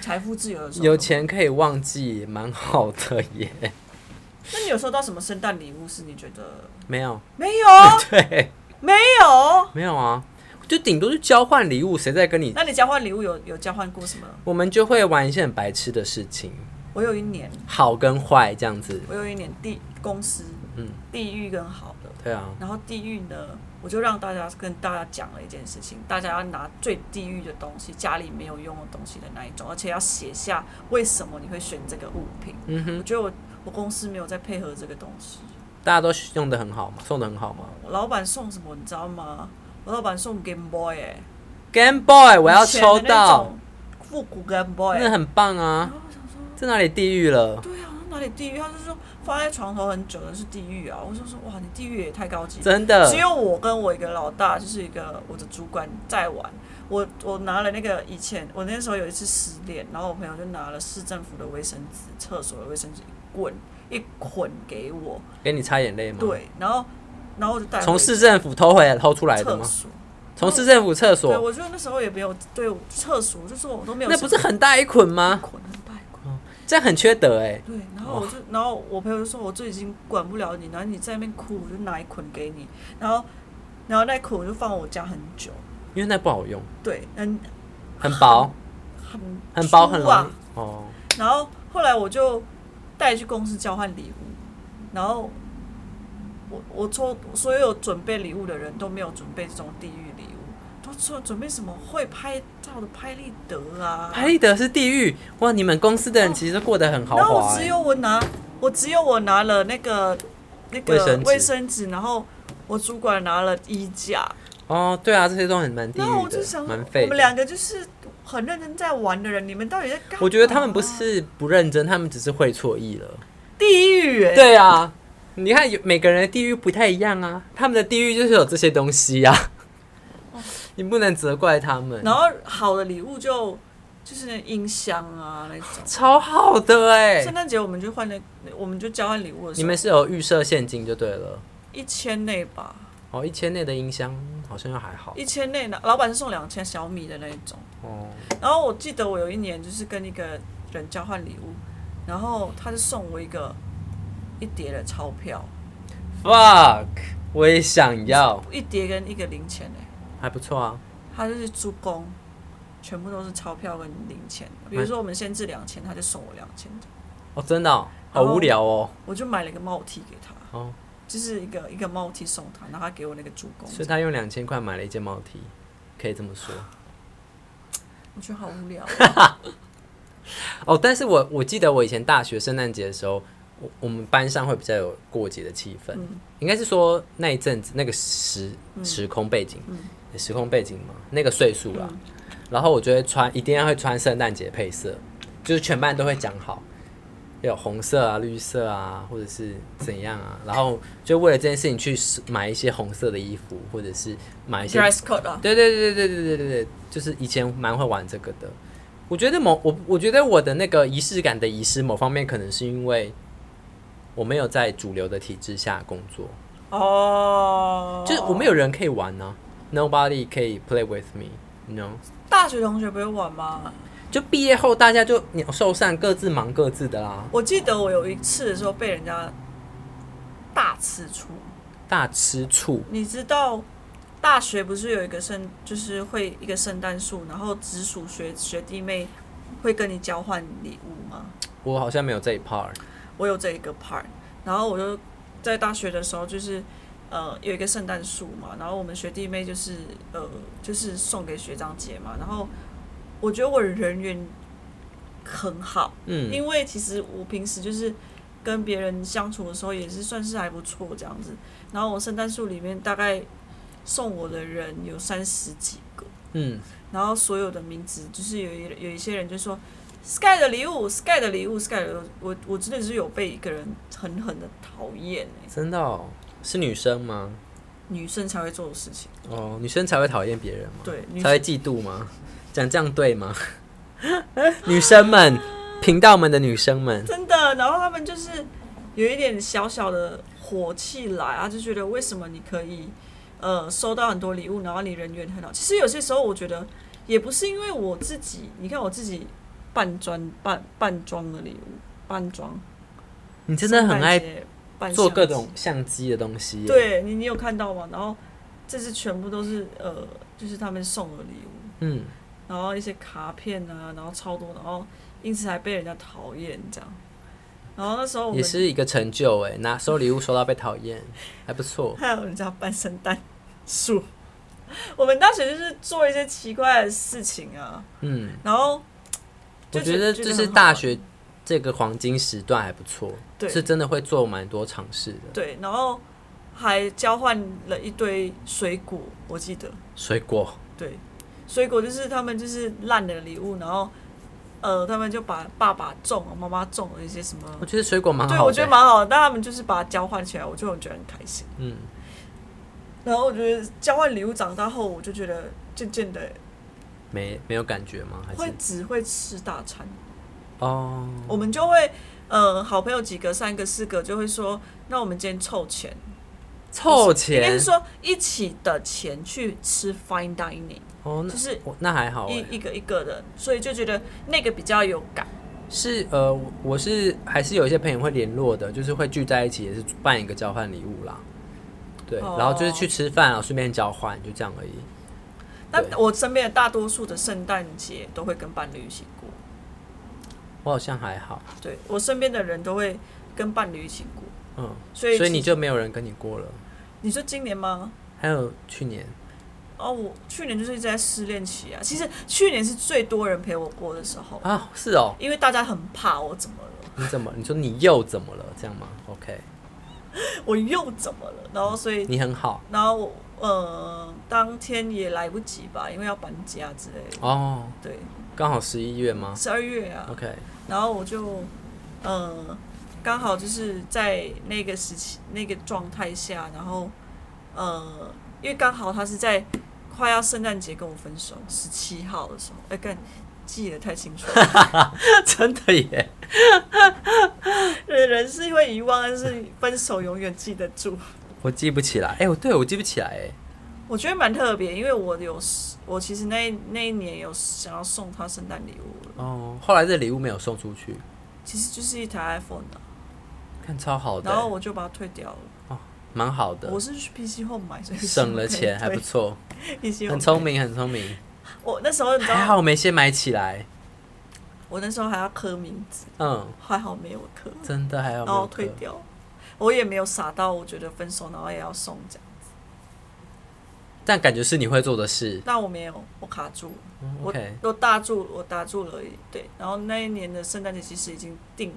S2: 财富自由的时候。
S1: 有。钱可以忘记，蛮好的耶。
S2: 那你有收到什么圣诞礼物是你觉 得
S1: 没有，
S2: 没有？
S1: 对，
S2: 没有。
S1: 没有啊，就顶多是交换礼物，谁在跟你？
S2: 那你交换礼物有有交换过什么？
S1: 我们就会玩一些很白痴的事情，
S2: 我有一年，
S1: 好跟坏这样子。
S2: 我有一年地公司，
S1: 嗯，
S2: 地狱跟好的。
S1: 对啊，
S2: 然后地狱呢，我就让大家跟大家讲了一件事情，大家要拿最地狱的东西，家里没有用的东西的那一种，而且要写下为什么你会选这个物品。
S1: 嗯哼
S2: 我，觉得我我公司没有在配合这个东西，
S1: 大家都用的很好嘛，送的很好嘛。
S2: 我老板送什么你知道吗？我老板送 Game Boy 哎、
S1: Game Boy，我要
S2: 以前的
S1: 抽
S2: 那
S1: 到，
S2: 种复古 Game Boy，
S1: 那很棒
S2: 然
S1: 啊！
S2: 后我想说，
S1: 在哪里地狱了？
S2: 对啊，那哪里地狱？他就说放在床头很久的是地狱啊，我就说哇，你地狱也太高级了。
S1: 真的
S2: 只，有我跟我一个老大，就是一个我的主管在玩。我我拿了那个以前我那时候有一次失恋，然后我朋友就拿了市政府的卫生纸、厕所的卫生纸一滚一捆给我，
S1: 给你擦眼泪吗？，
S2: 对，然后然后我就带回
S1: 嗯从市政府偷回来偷出来的
S2: 厕
S1: 吗？
S2: 所，
S1: 从市政府厕
S2: 对，
S1: 所，
S2: 我觉得那时候也没有对我厕所，就说我都没有
S1: 那不是很大一捆吗？
S2: 捆很大一捆。
S1: 这样很缺德哎、
S2: 对，然后我就，然后我朋友就说，我就已经管不了你，然后你在那边哭，我就拿一捆给你，然后，然后那一捆我就放我家很久，
S1: 因为那不好用，
S2: 对，很
S1: 很 薄，
S2: 很
S1: 很薄，
S2: 粗
S1: 很容
S2: 啊
S1: 易。哦，
S2: 然后后来我就带去公司交换礼物，然后我我抽所有准备礼物的人都没有准备这种地狱礼物，都说准备什么会拍照的拍立得啊，
S1: 拍立哎得是地狱哇！你们公司的人其实都过得很豪
S2: 然后
S1: 华、
S2: 我只
S1: 欸，
S2: 有我拿，我只有我拿了那个那
S1: 卫
S2: 个
S1: 生纸
S2: 卫生纸，然后我主管拿了衣架，
S1: 哦，对啊，这些都很蛮地
S2: 然后我
S1: 狱
S2: 就
S1: 的，
S2: 想，
S1: 蛮废
S2: 我
S1: 的。
S2: 们两个就是很认真在玩的人，你们到底在干嘛？啊
S1: 我觉得他们不是不认真，他们只是会错意了。
S2: 地狱、欸，
S1: 对啊，你看有每个人的地狱不太一样啊，他们的地狱就是有这些东西呀、啊，你不能责怪他们。
S2: 哦然后好的礼物就就是那音箱啊那种。
S1: 超好的哎、
S2: 圣诞节我们就换那，我们就交换礼物的时
S1: 你
S2: 候，
S1: 们是有预设现金就对了。
S2: 一千内吧，
S1: 哦，一千内的音箱好像又还好
S2: 一千内呢，老板是送两千小米的那一种。
S1: 哦。
S2: 然后我记得我有一年就是跟一个人交换礼物，然后他就送我一个一叠的钞票，
S1: Fuck，我也想要，
S2: 一叠跟一个零钱哎、
S1: 还不错啊。
S2: 他就是助攻，全部都是钞票跟零钱。比如说我们先至两千，他就送我两千，
S1: 哦，真的、哦，好
S2: 然后
S1: 无聊哦。
S2: 我就买了一个帽 T 给他，
S1: 哦，
S2: 就是一个一个帽 T 送他，然后他给我那个助攻，
S1: 所以他用两千块买了一件毛 T，可以这么说。
S2: 我觉得好无聊哦。
S1: 哦，但是我我记得我以前大学圣诞节的时候，我我们班上会比较有过节的气氛，
S2: 嗯
S1: 应该是说那一阵子那个时时空背景，
S2: 嗯
S1: 时空背景嘛，那个岁数啦。然后我就会穿，一定要会穿圣诞节配色，就是全班都会讲好，有红色啊、绿色啊，或者是怎样啊。然后就为了这件事情去买一些红色的衣服，或者是 买一些
S2: dress code 啊，
S1: 对对对对对对对对，就是以前蛮会玩这个的。我觉得某我我觉得我的那个仪式感的遗失，某方面可能是因为我没有在主流的体制下工作，
S2: 哦，
S1: 就是我没有人可以玩呢、n o b o d y 可以 play with me，you know。
S2: 大学同学不会玩吗？
S1: 就毕业后大家就鸟兽散，各自忙各自的啦，
S2: 我记得我有一次的时候被人家大吃醋，
S1: 大吃醋。
S2: 你知道大学不是有一个圣，就是会一个圣诞树，然后直属学学弟妹会跟你交换礼物吗？
S1: 我好像没有这一 part，
S2: 我有这一个 part，然后我就在大学的时候就是。呃，有一个圣诞树嘛，然后我们学弟妹就是呃，就是送给学长姐嘛。然后我觉得我人缘很好，
S1: 嗯，
S2: 因为其实我平时就是跟别人相处的时候也是算是还不错这样子。然后我圣诞树里面大概送我的人有三十几个，
S1: 嗯，
S2: 然后所有的名字就是有一有一些人就说 Sky 的礼物，Sky 的礼物，Sky 的礼物，我我真的是有被一个人狠狠的讨厌欸
S1: 真的哦，是女生吗？
S2: 女生才会做的事情。
S1: 哦，女生才会讨厌别人吗？
S2: 对，女
S1: 才会嫉妒吗？讲这样对吗？ 女生们，频道们的女生们，
S2: 真的。然后他们就是有一点小小的火气来，啊他就觉得为什么你可以呃收到很多礼物，然后你人缘很好。其实有些时候我觉得也不是因为我自己，你看我自己扮装扮扮装的礼物，扮装
S1: 你真的很爱
S2: 扮
S1: 做各种相机的东西耶。
S2: 对你，你有看到吗？然后这次全部都是呃，就是他们送的礼物。
S1: 嗯，
S2: 然后一些卡片啊，然后超多，然后因此还被人家讨厌这样。然后那时候我
S1: 也
S2: 们
S1: 是一个成就哎，拿收礼物收到被讨厌，还不错。
S2: 还有人家办圣诞树。我们大学就是做一些奇怪的事情啊，
S1: 嗯，
S2: 然后
S1: 我
S2: 就
S1: 觉得这是
S2: 很好
S1: 大
S2: 玩
S1: 学这个黄金时段还不错，
S2: 对
S1: 是真的会做蛮多尝试的。
S2: 对，然后还交换了一堆水果，我记得
S1: 水果，
S2: 对，水果就是他们就是烂的礼物，然后呃，他们就把爸爸种、妈妈种了一些什么，
S1: 我觉得水果蛮好
S2: 对
S1: 的。
S2: 我觉得蛮好的，但他们就是把它交换起来，我就很觉得很开心。
S1: 嗯，
S2: 然后我觉得交换礼物长大后，我就觉得渐渐的
S1: 没没有感觉吗？还
S2: 会
S1: 是
S2: 只会吃大餐，
S1: 嗯哦，
S2: 我们就会呃好朋友几个三个四个就会说，那我们今天凑钱，
S1: 凑
S2: 应该
S1: 钱
S2: 是说一起的钱去吃 fine dining，
S1: 哦，那
S2: 就是
S1: 我那还好哎。
S2: 一一个一个的，所以就觉得那个比较有感。
S1: 是呃，我我是还是有一些朋友会联络的，就是会聚在一起，也是办一个交换礼物啦。对，
S2: 哦
S1: 然后就是去吃饭啊，顺便交换，就这样而已。
S2: 但
S1: 对
S2: 我身边的大多数的圣诞节都会跟伴侣一起过，
S1: 我好像还好，
S2: 对我身边的人都会跟伴侣一起过，
S1: 嗯，
S2: 所以
S1: 所以你
S2: 其
S1: 就没有人跟你过了。
S2: 你说今年吗？
S1: 还有去年，
S2: 哦，我去年就是一直在失恋期啊。其实去年是最多人陪我过的时候，
S1: 啊，是哦，
S2: 因为大家很怕我怎么了，
S1: 你怎么？你说你又怎么了？这样吗？OK，
S2: 我又怎么了，然后所以，
S1: 你很好
S2: 然后我呃，当天也来不及吧，因为要搬家之类的。
S1: 哦，
S2: 对，
S1: 刚好十一月吗
S2: 十二月啊，
S1: ？OK，
S2: 然后我就呃，刚好就是在那个时期、那个状态下，然后呃，因为刚好他是在快要圣诞节跟我分手，十七号的时候，哎、干记得太清楚了。
S1: 真的耶，
S2: 人人是会遗忘，但是分手永远记得住。
S1: 我记不起来。哎、我对我记不起来哎。
S2: 我觉得蛮特别，因为我有我其实那那一年有想要送他圣诞礼物了，
S1: 哦，后来这礼物没有送出去，
S2: 其实就是一台 iPhone 啊，
S1: 看超好的
S2: 然后
S1: 耶，
S2: 我就把它退掉了。
S1: 蛮好的
S2: 我，是去 PC 后买， 所以
S1: 省了钱还不错。
S2: 错。PC
S1: 很
S2: Home
S1: 聪。明，很聪明，
S2: 我那时候你知
S1: 还
S2: 道，
S1: 好没先买起来。
S2: 我那时候还要刻名字，
S1: 嗯，
S2: 还好没有刻，
S1: 真的还好
S2: 然
S1: 没有刻
S2: 后哦退掉。我也没有傻到我觉得分手，然后也要送这样，
S1: 但感觉是你会做的事。
S2: 但我没有，我卡住了。
S1: 嗯
S2: 我
S1: OK，
S2: 我打住，我打住了而已，对。然后那一年的圣诞节其实已经定，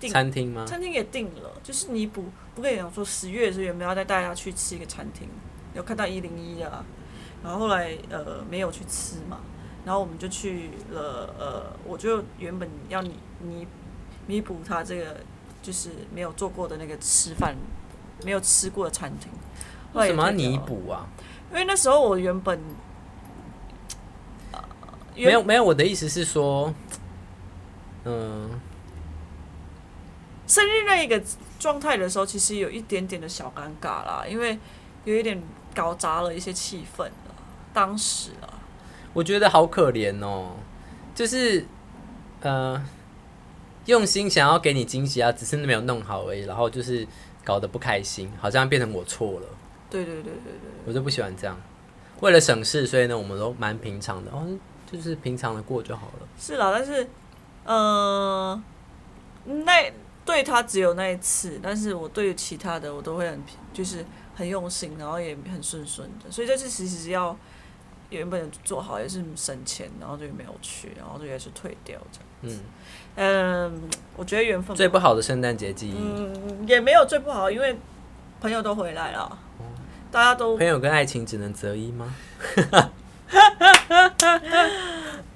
S2: 定
S1: 餐厅吗？
S2: 餐厅也定了，就是弥补。我跟你讲说，十月的时候原本要带大家去吃一个餐厅，有看到一零一啊，然后后来呃没有去吃嘛，然后我们就去了呃，我就原本要弥弥弥补他这个就是没有做过的那个吃饭没有吃过的餐厅，
S1: 为
S2: 后来
S1: 什
S2: 也
S1: 么要
S2: 退掉
S1: 弥
S2: 了？
S1: 补啊？
S2: 因为那时候我原本。呃
S1: 没有没有，我的意思是说，嗯，
S2: 生日那一个状态的时候，其实有一点点的小尴尬啦，因为有一点搞砸了一些气氛啦当时啊，
S1: 我觉得好可怜哦，就是，呃，用心想要给你惊喜啊，只是没有弄好而已，然后就是搞得不开心，好像变成我错了，
S2: 对对对对对，
S1: 我就不喜欢这样。为了省事，所以呢，我们都蛮平常的，哦，就是平常的过就好了。
S2: 是啦，但是，呃，那对他只有那一次，但是我对于其他的我都会很就是很用心，然后也很顺顺的，所以这次其实是要原本做好也是省钱，然后就没有去，然后就也是退掉这样。
S1: 嗯，
S2: 嗯，我觉得缘分吧
S1: 最不好的圣诞节记忆，
S2: 嗯也没有最不好，因为朋友都回来了，大家都
S1: 朋友跟爱情只能择一吗？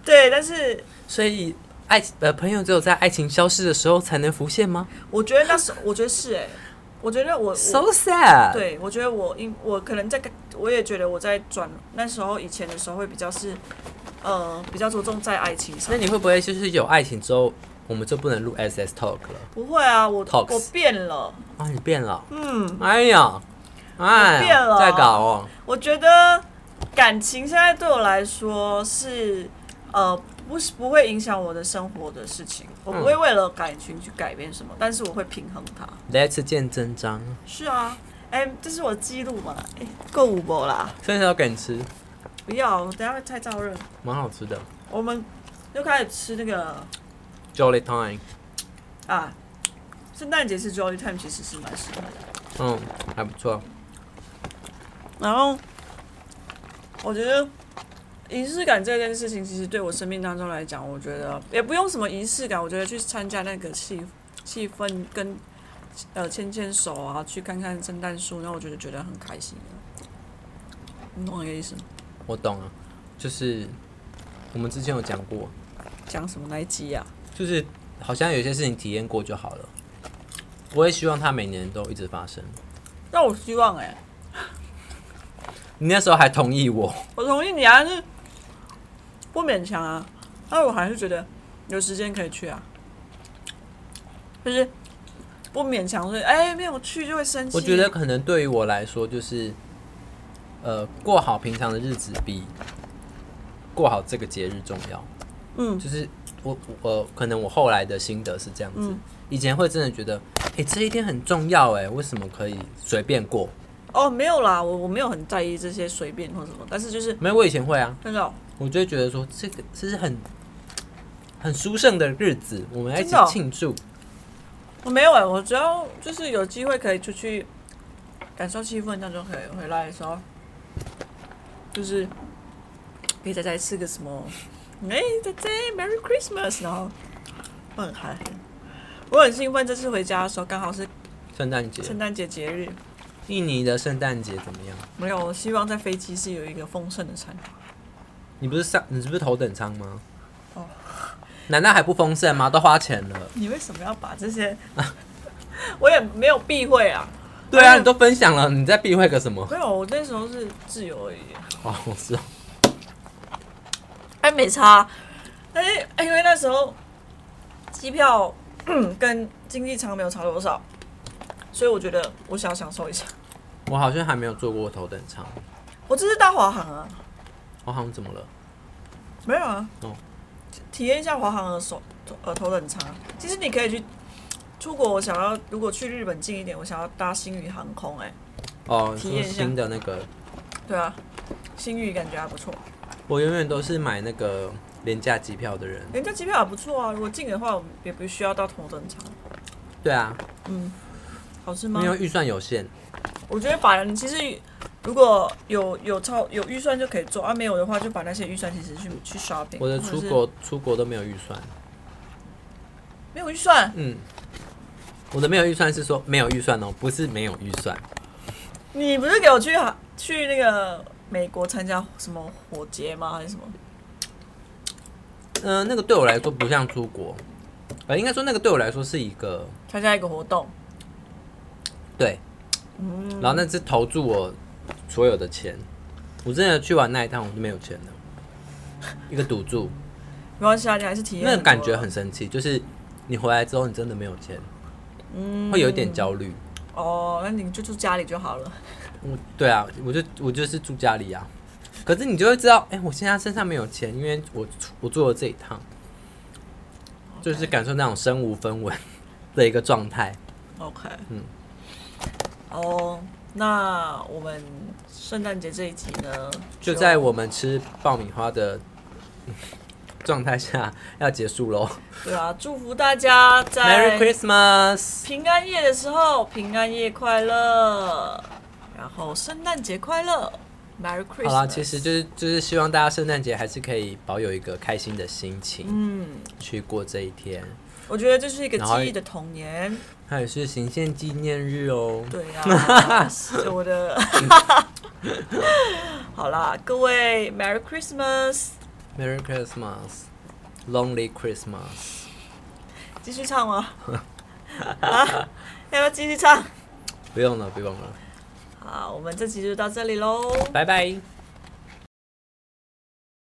S2: 对，但是
S1: 所以爱呃朋友只有在爱情消失的时候才能浮现吗
S2: 我觉得那时候， 我觉得是哎、我觉得我我
S1: ？So sad。，
S2: 对，我觉得我应我可能在跟，我也觉得我在转那时候以前的时候会比较是，呃，比较着重在爱情上
S1: 那。你会不会就是有爱情之后，我们就不能录 SS Talk 了？
S2: 不会啊，我
S1: Talks
S2: 我变了，
S1: 啊，你变了，
S2: 嗯，
S1: 哎呀，哎呀，
S2: 我变了
S1: 在搞哦，
S2: 我觉得感情现在对我来说是，呃，不是不会影响我的生活的事情，我不
S1: 嗯
S2: 会为了感情去改变什么，但是我会平衡它。
S1: 再次见真章，
S2: 是啊，哎、这是我的记录嘛，哎、够五波啦，
S1: 生小敢吃，
S2: 不要，我等一下会太燥热。
S1: 蛮好吃的。
S2: 我们又开始吃那个
S1: Jolly Time，
S2: 啊，圣诞节是 Jolly Time，其实是蛮适合的。
S1: 嗯，还不错。
S2: 然后我觉得仪式感这件事情，其实对我生命当中来讲，我觉得也不用什么仪式感，我觉得去参加那个气气氛跟呃牵牵手啊，去看看圣诞树，然后我觉得觉得很开心的。你懂我的意思吗？
S1: 我懂了，就是我们之前有讲过，
S2: 讲什么那一集啊？
S1: 就是好像有些事情体验过就好了。我也希望它每年都一直发生。
S2: 那我希望哎、
S1: 你那时候还同意我，
S2: 我同意你啊，就是不勉强啊，但我还是觉得有时间可以去啊，就是不勉强，所以哎、没有去就会生气。
S1: 我觉得可能对于我来说，就是呃，过好平常的日子比过好这个节日重要。
S2: 嗯
S1: 就是我我可能我后来的心得是这样子，
S2: 嗯
S1: 以前会真的觉得，哎、这一天很重要，哎，为什么可以随便过？
S2: 哦没有啦，我我没有很在意这些随便或什么，但是就是
S1: 没有，我以前会啊，
S2: 真的哦、
S1: 我就会觉得说，这个这是很很殊胜的日子，我们要一
S2: 真
S1: 起
S2: 的哦
S1: 庆祝。
S2: 我没有哎、我只要就是有机会可以出去感受气氛，那就可以回来的时候，就是可以再再吃个什么，哎、姐姐 Merry Christmas，然后我很嗨，我很兴奋。这次回家的时候刚好是
S1: 圣诞节，
S2: 圣诞节节日，
S1: 印尼的圣诞节怎么样？
S2: 没有，我希望在飞机是有一个丰盛的餐。
S1: 你不是上你是不是头等舱吗？
S2: 哦
S1: 难道还不丰盛吗？都花钱了。
S2: 你为什么要把这些？ 我也没有避讳啊，
S1: 对啊，
S2: 哎
S1: 你都分享了，你在避讳个什么？
S2: 没有，我那时候是自由而已。
S1: 哦，是哦，
S2: 哎，没差。但是哎因为那时候机票、嗯跟经济舱没有差多少，所以我觉得我想要享受一下。
S1: 我好像还没有坐过头等舱。
S2: 我这是搭华航啊，
S1: 我好像怎么了？
S2: 没有啊，
S1: 哦
S2: 体验一下华航的手呃头等舱。其实你可以去出国，我想要如果去日本近一点，我想要搭星宇航空、哎，
S1: 哦，
S2: 体
S1: 说
S2: 验一下
S1: 新的那个，
S2: 对啊，星宇感觉还不错，
S1: 我永远都是买那个廉价机票的人。
S2: 人家机票还不错啊。如果近的话，我们也不需要到头等舱。
S1: 对啊，
S2: 嗯，好吃吗？
S1: 因为预算有限。
S2: 我觉得把人其实如果有有超有预算就可以做，啊没有的话就把那些预算其实去去 shopping。
S1: 我的出国出国都没有预算。
S2: 没有预算，
S1: 嗯，我的没有预算是说没有预算哦，不是没有预算。
S2: 你不是给我去哈去那个美国参加什么火节吗？还是什么？
S1: 嗯、那个对我来说不像出国，呃，应该说那个对我来说是一个
S2: 参加一个活动？
S1: 对，
S2: 嗯，
S1: 然后那是投注我所有的钱。我真的去完那一趟，我就没有钱了，一个赌注。
S2: 没关系啊，你还是体验
S1: 那
S2: 很
S1: 个
S2: 多
S1: 感觉很神奇，就是你回来之后，你真的没有钱，
S2: 嗯
S1: 会有一点焦虑。
S2: 哦，那你就住家里就好了。
S1: 我对啊，我就我就是住家里啊，可是你就会知道，哎、我现在身上没有钱，因为我出我做了这一趟，就是感受那种身无分文的一个状态。
S2: OK，
S1: 嗯，
S2: 哦，那我们圣诞节这一集呢，
S1: 就在我们吃爆米花的状态下要结束喽。
S2: 对啊，祝福大家
S1: Merry
S2: 在
S1: Christmas！
S2: 平安夜的时候，平安夜快乐，然后圣诞节快乐， Merry Christmas。
S1: 好啦，其实就是就是希望大家圣诞节还是可以保有一个开心的心情、
S2: 嗯，
S1: 去过这一天。
S2: 我觉得这是一个
S1: 然后
S2: 记忆的 童年。
S1: 它也是行宪纪念日哦。
S2: 对啊，是我的。 好啦，各位 Merry Christmas，
S1: Merry Christmas, Lonely Christmas。
S2: 继续 唱吗？啊，要不要继续唱？
S1: 不用了，不用了，
S2: 好，我们这集就到这里喽，
S1: 拜拜。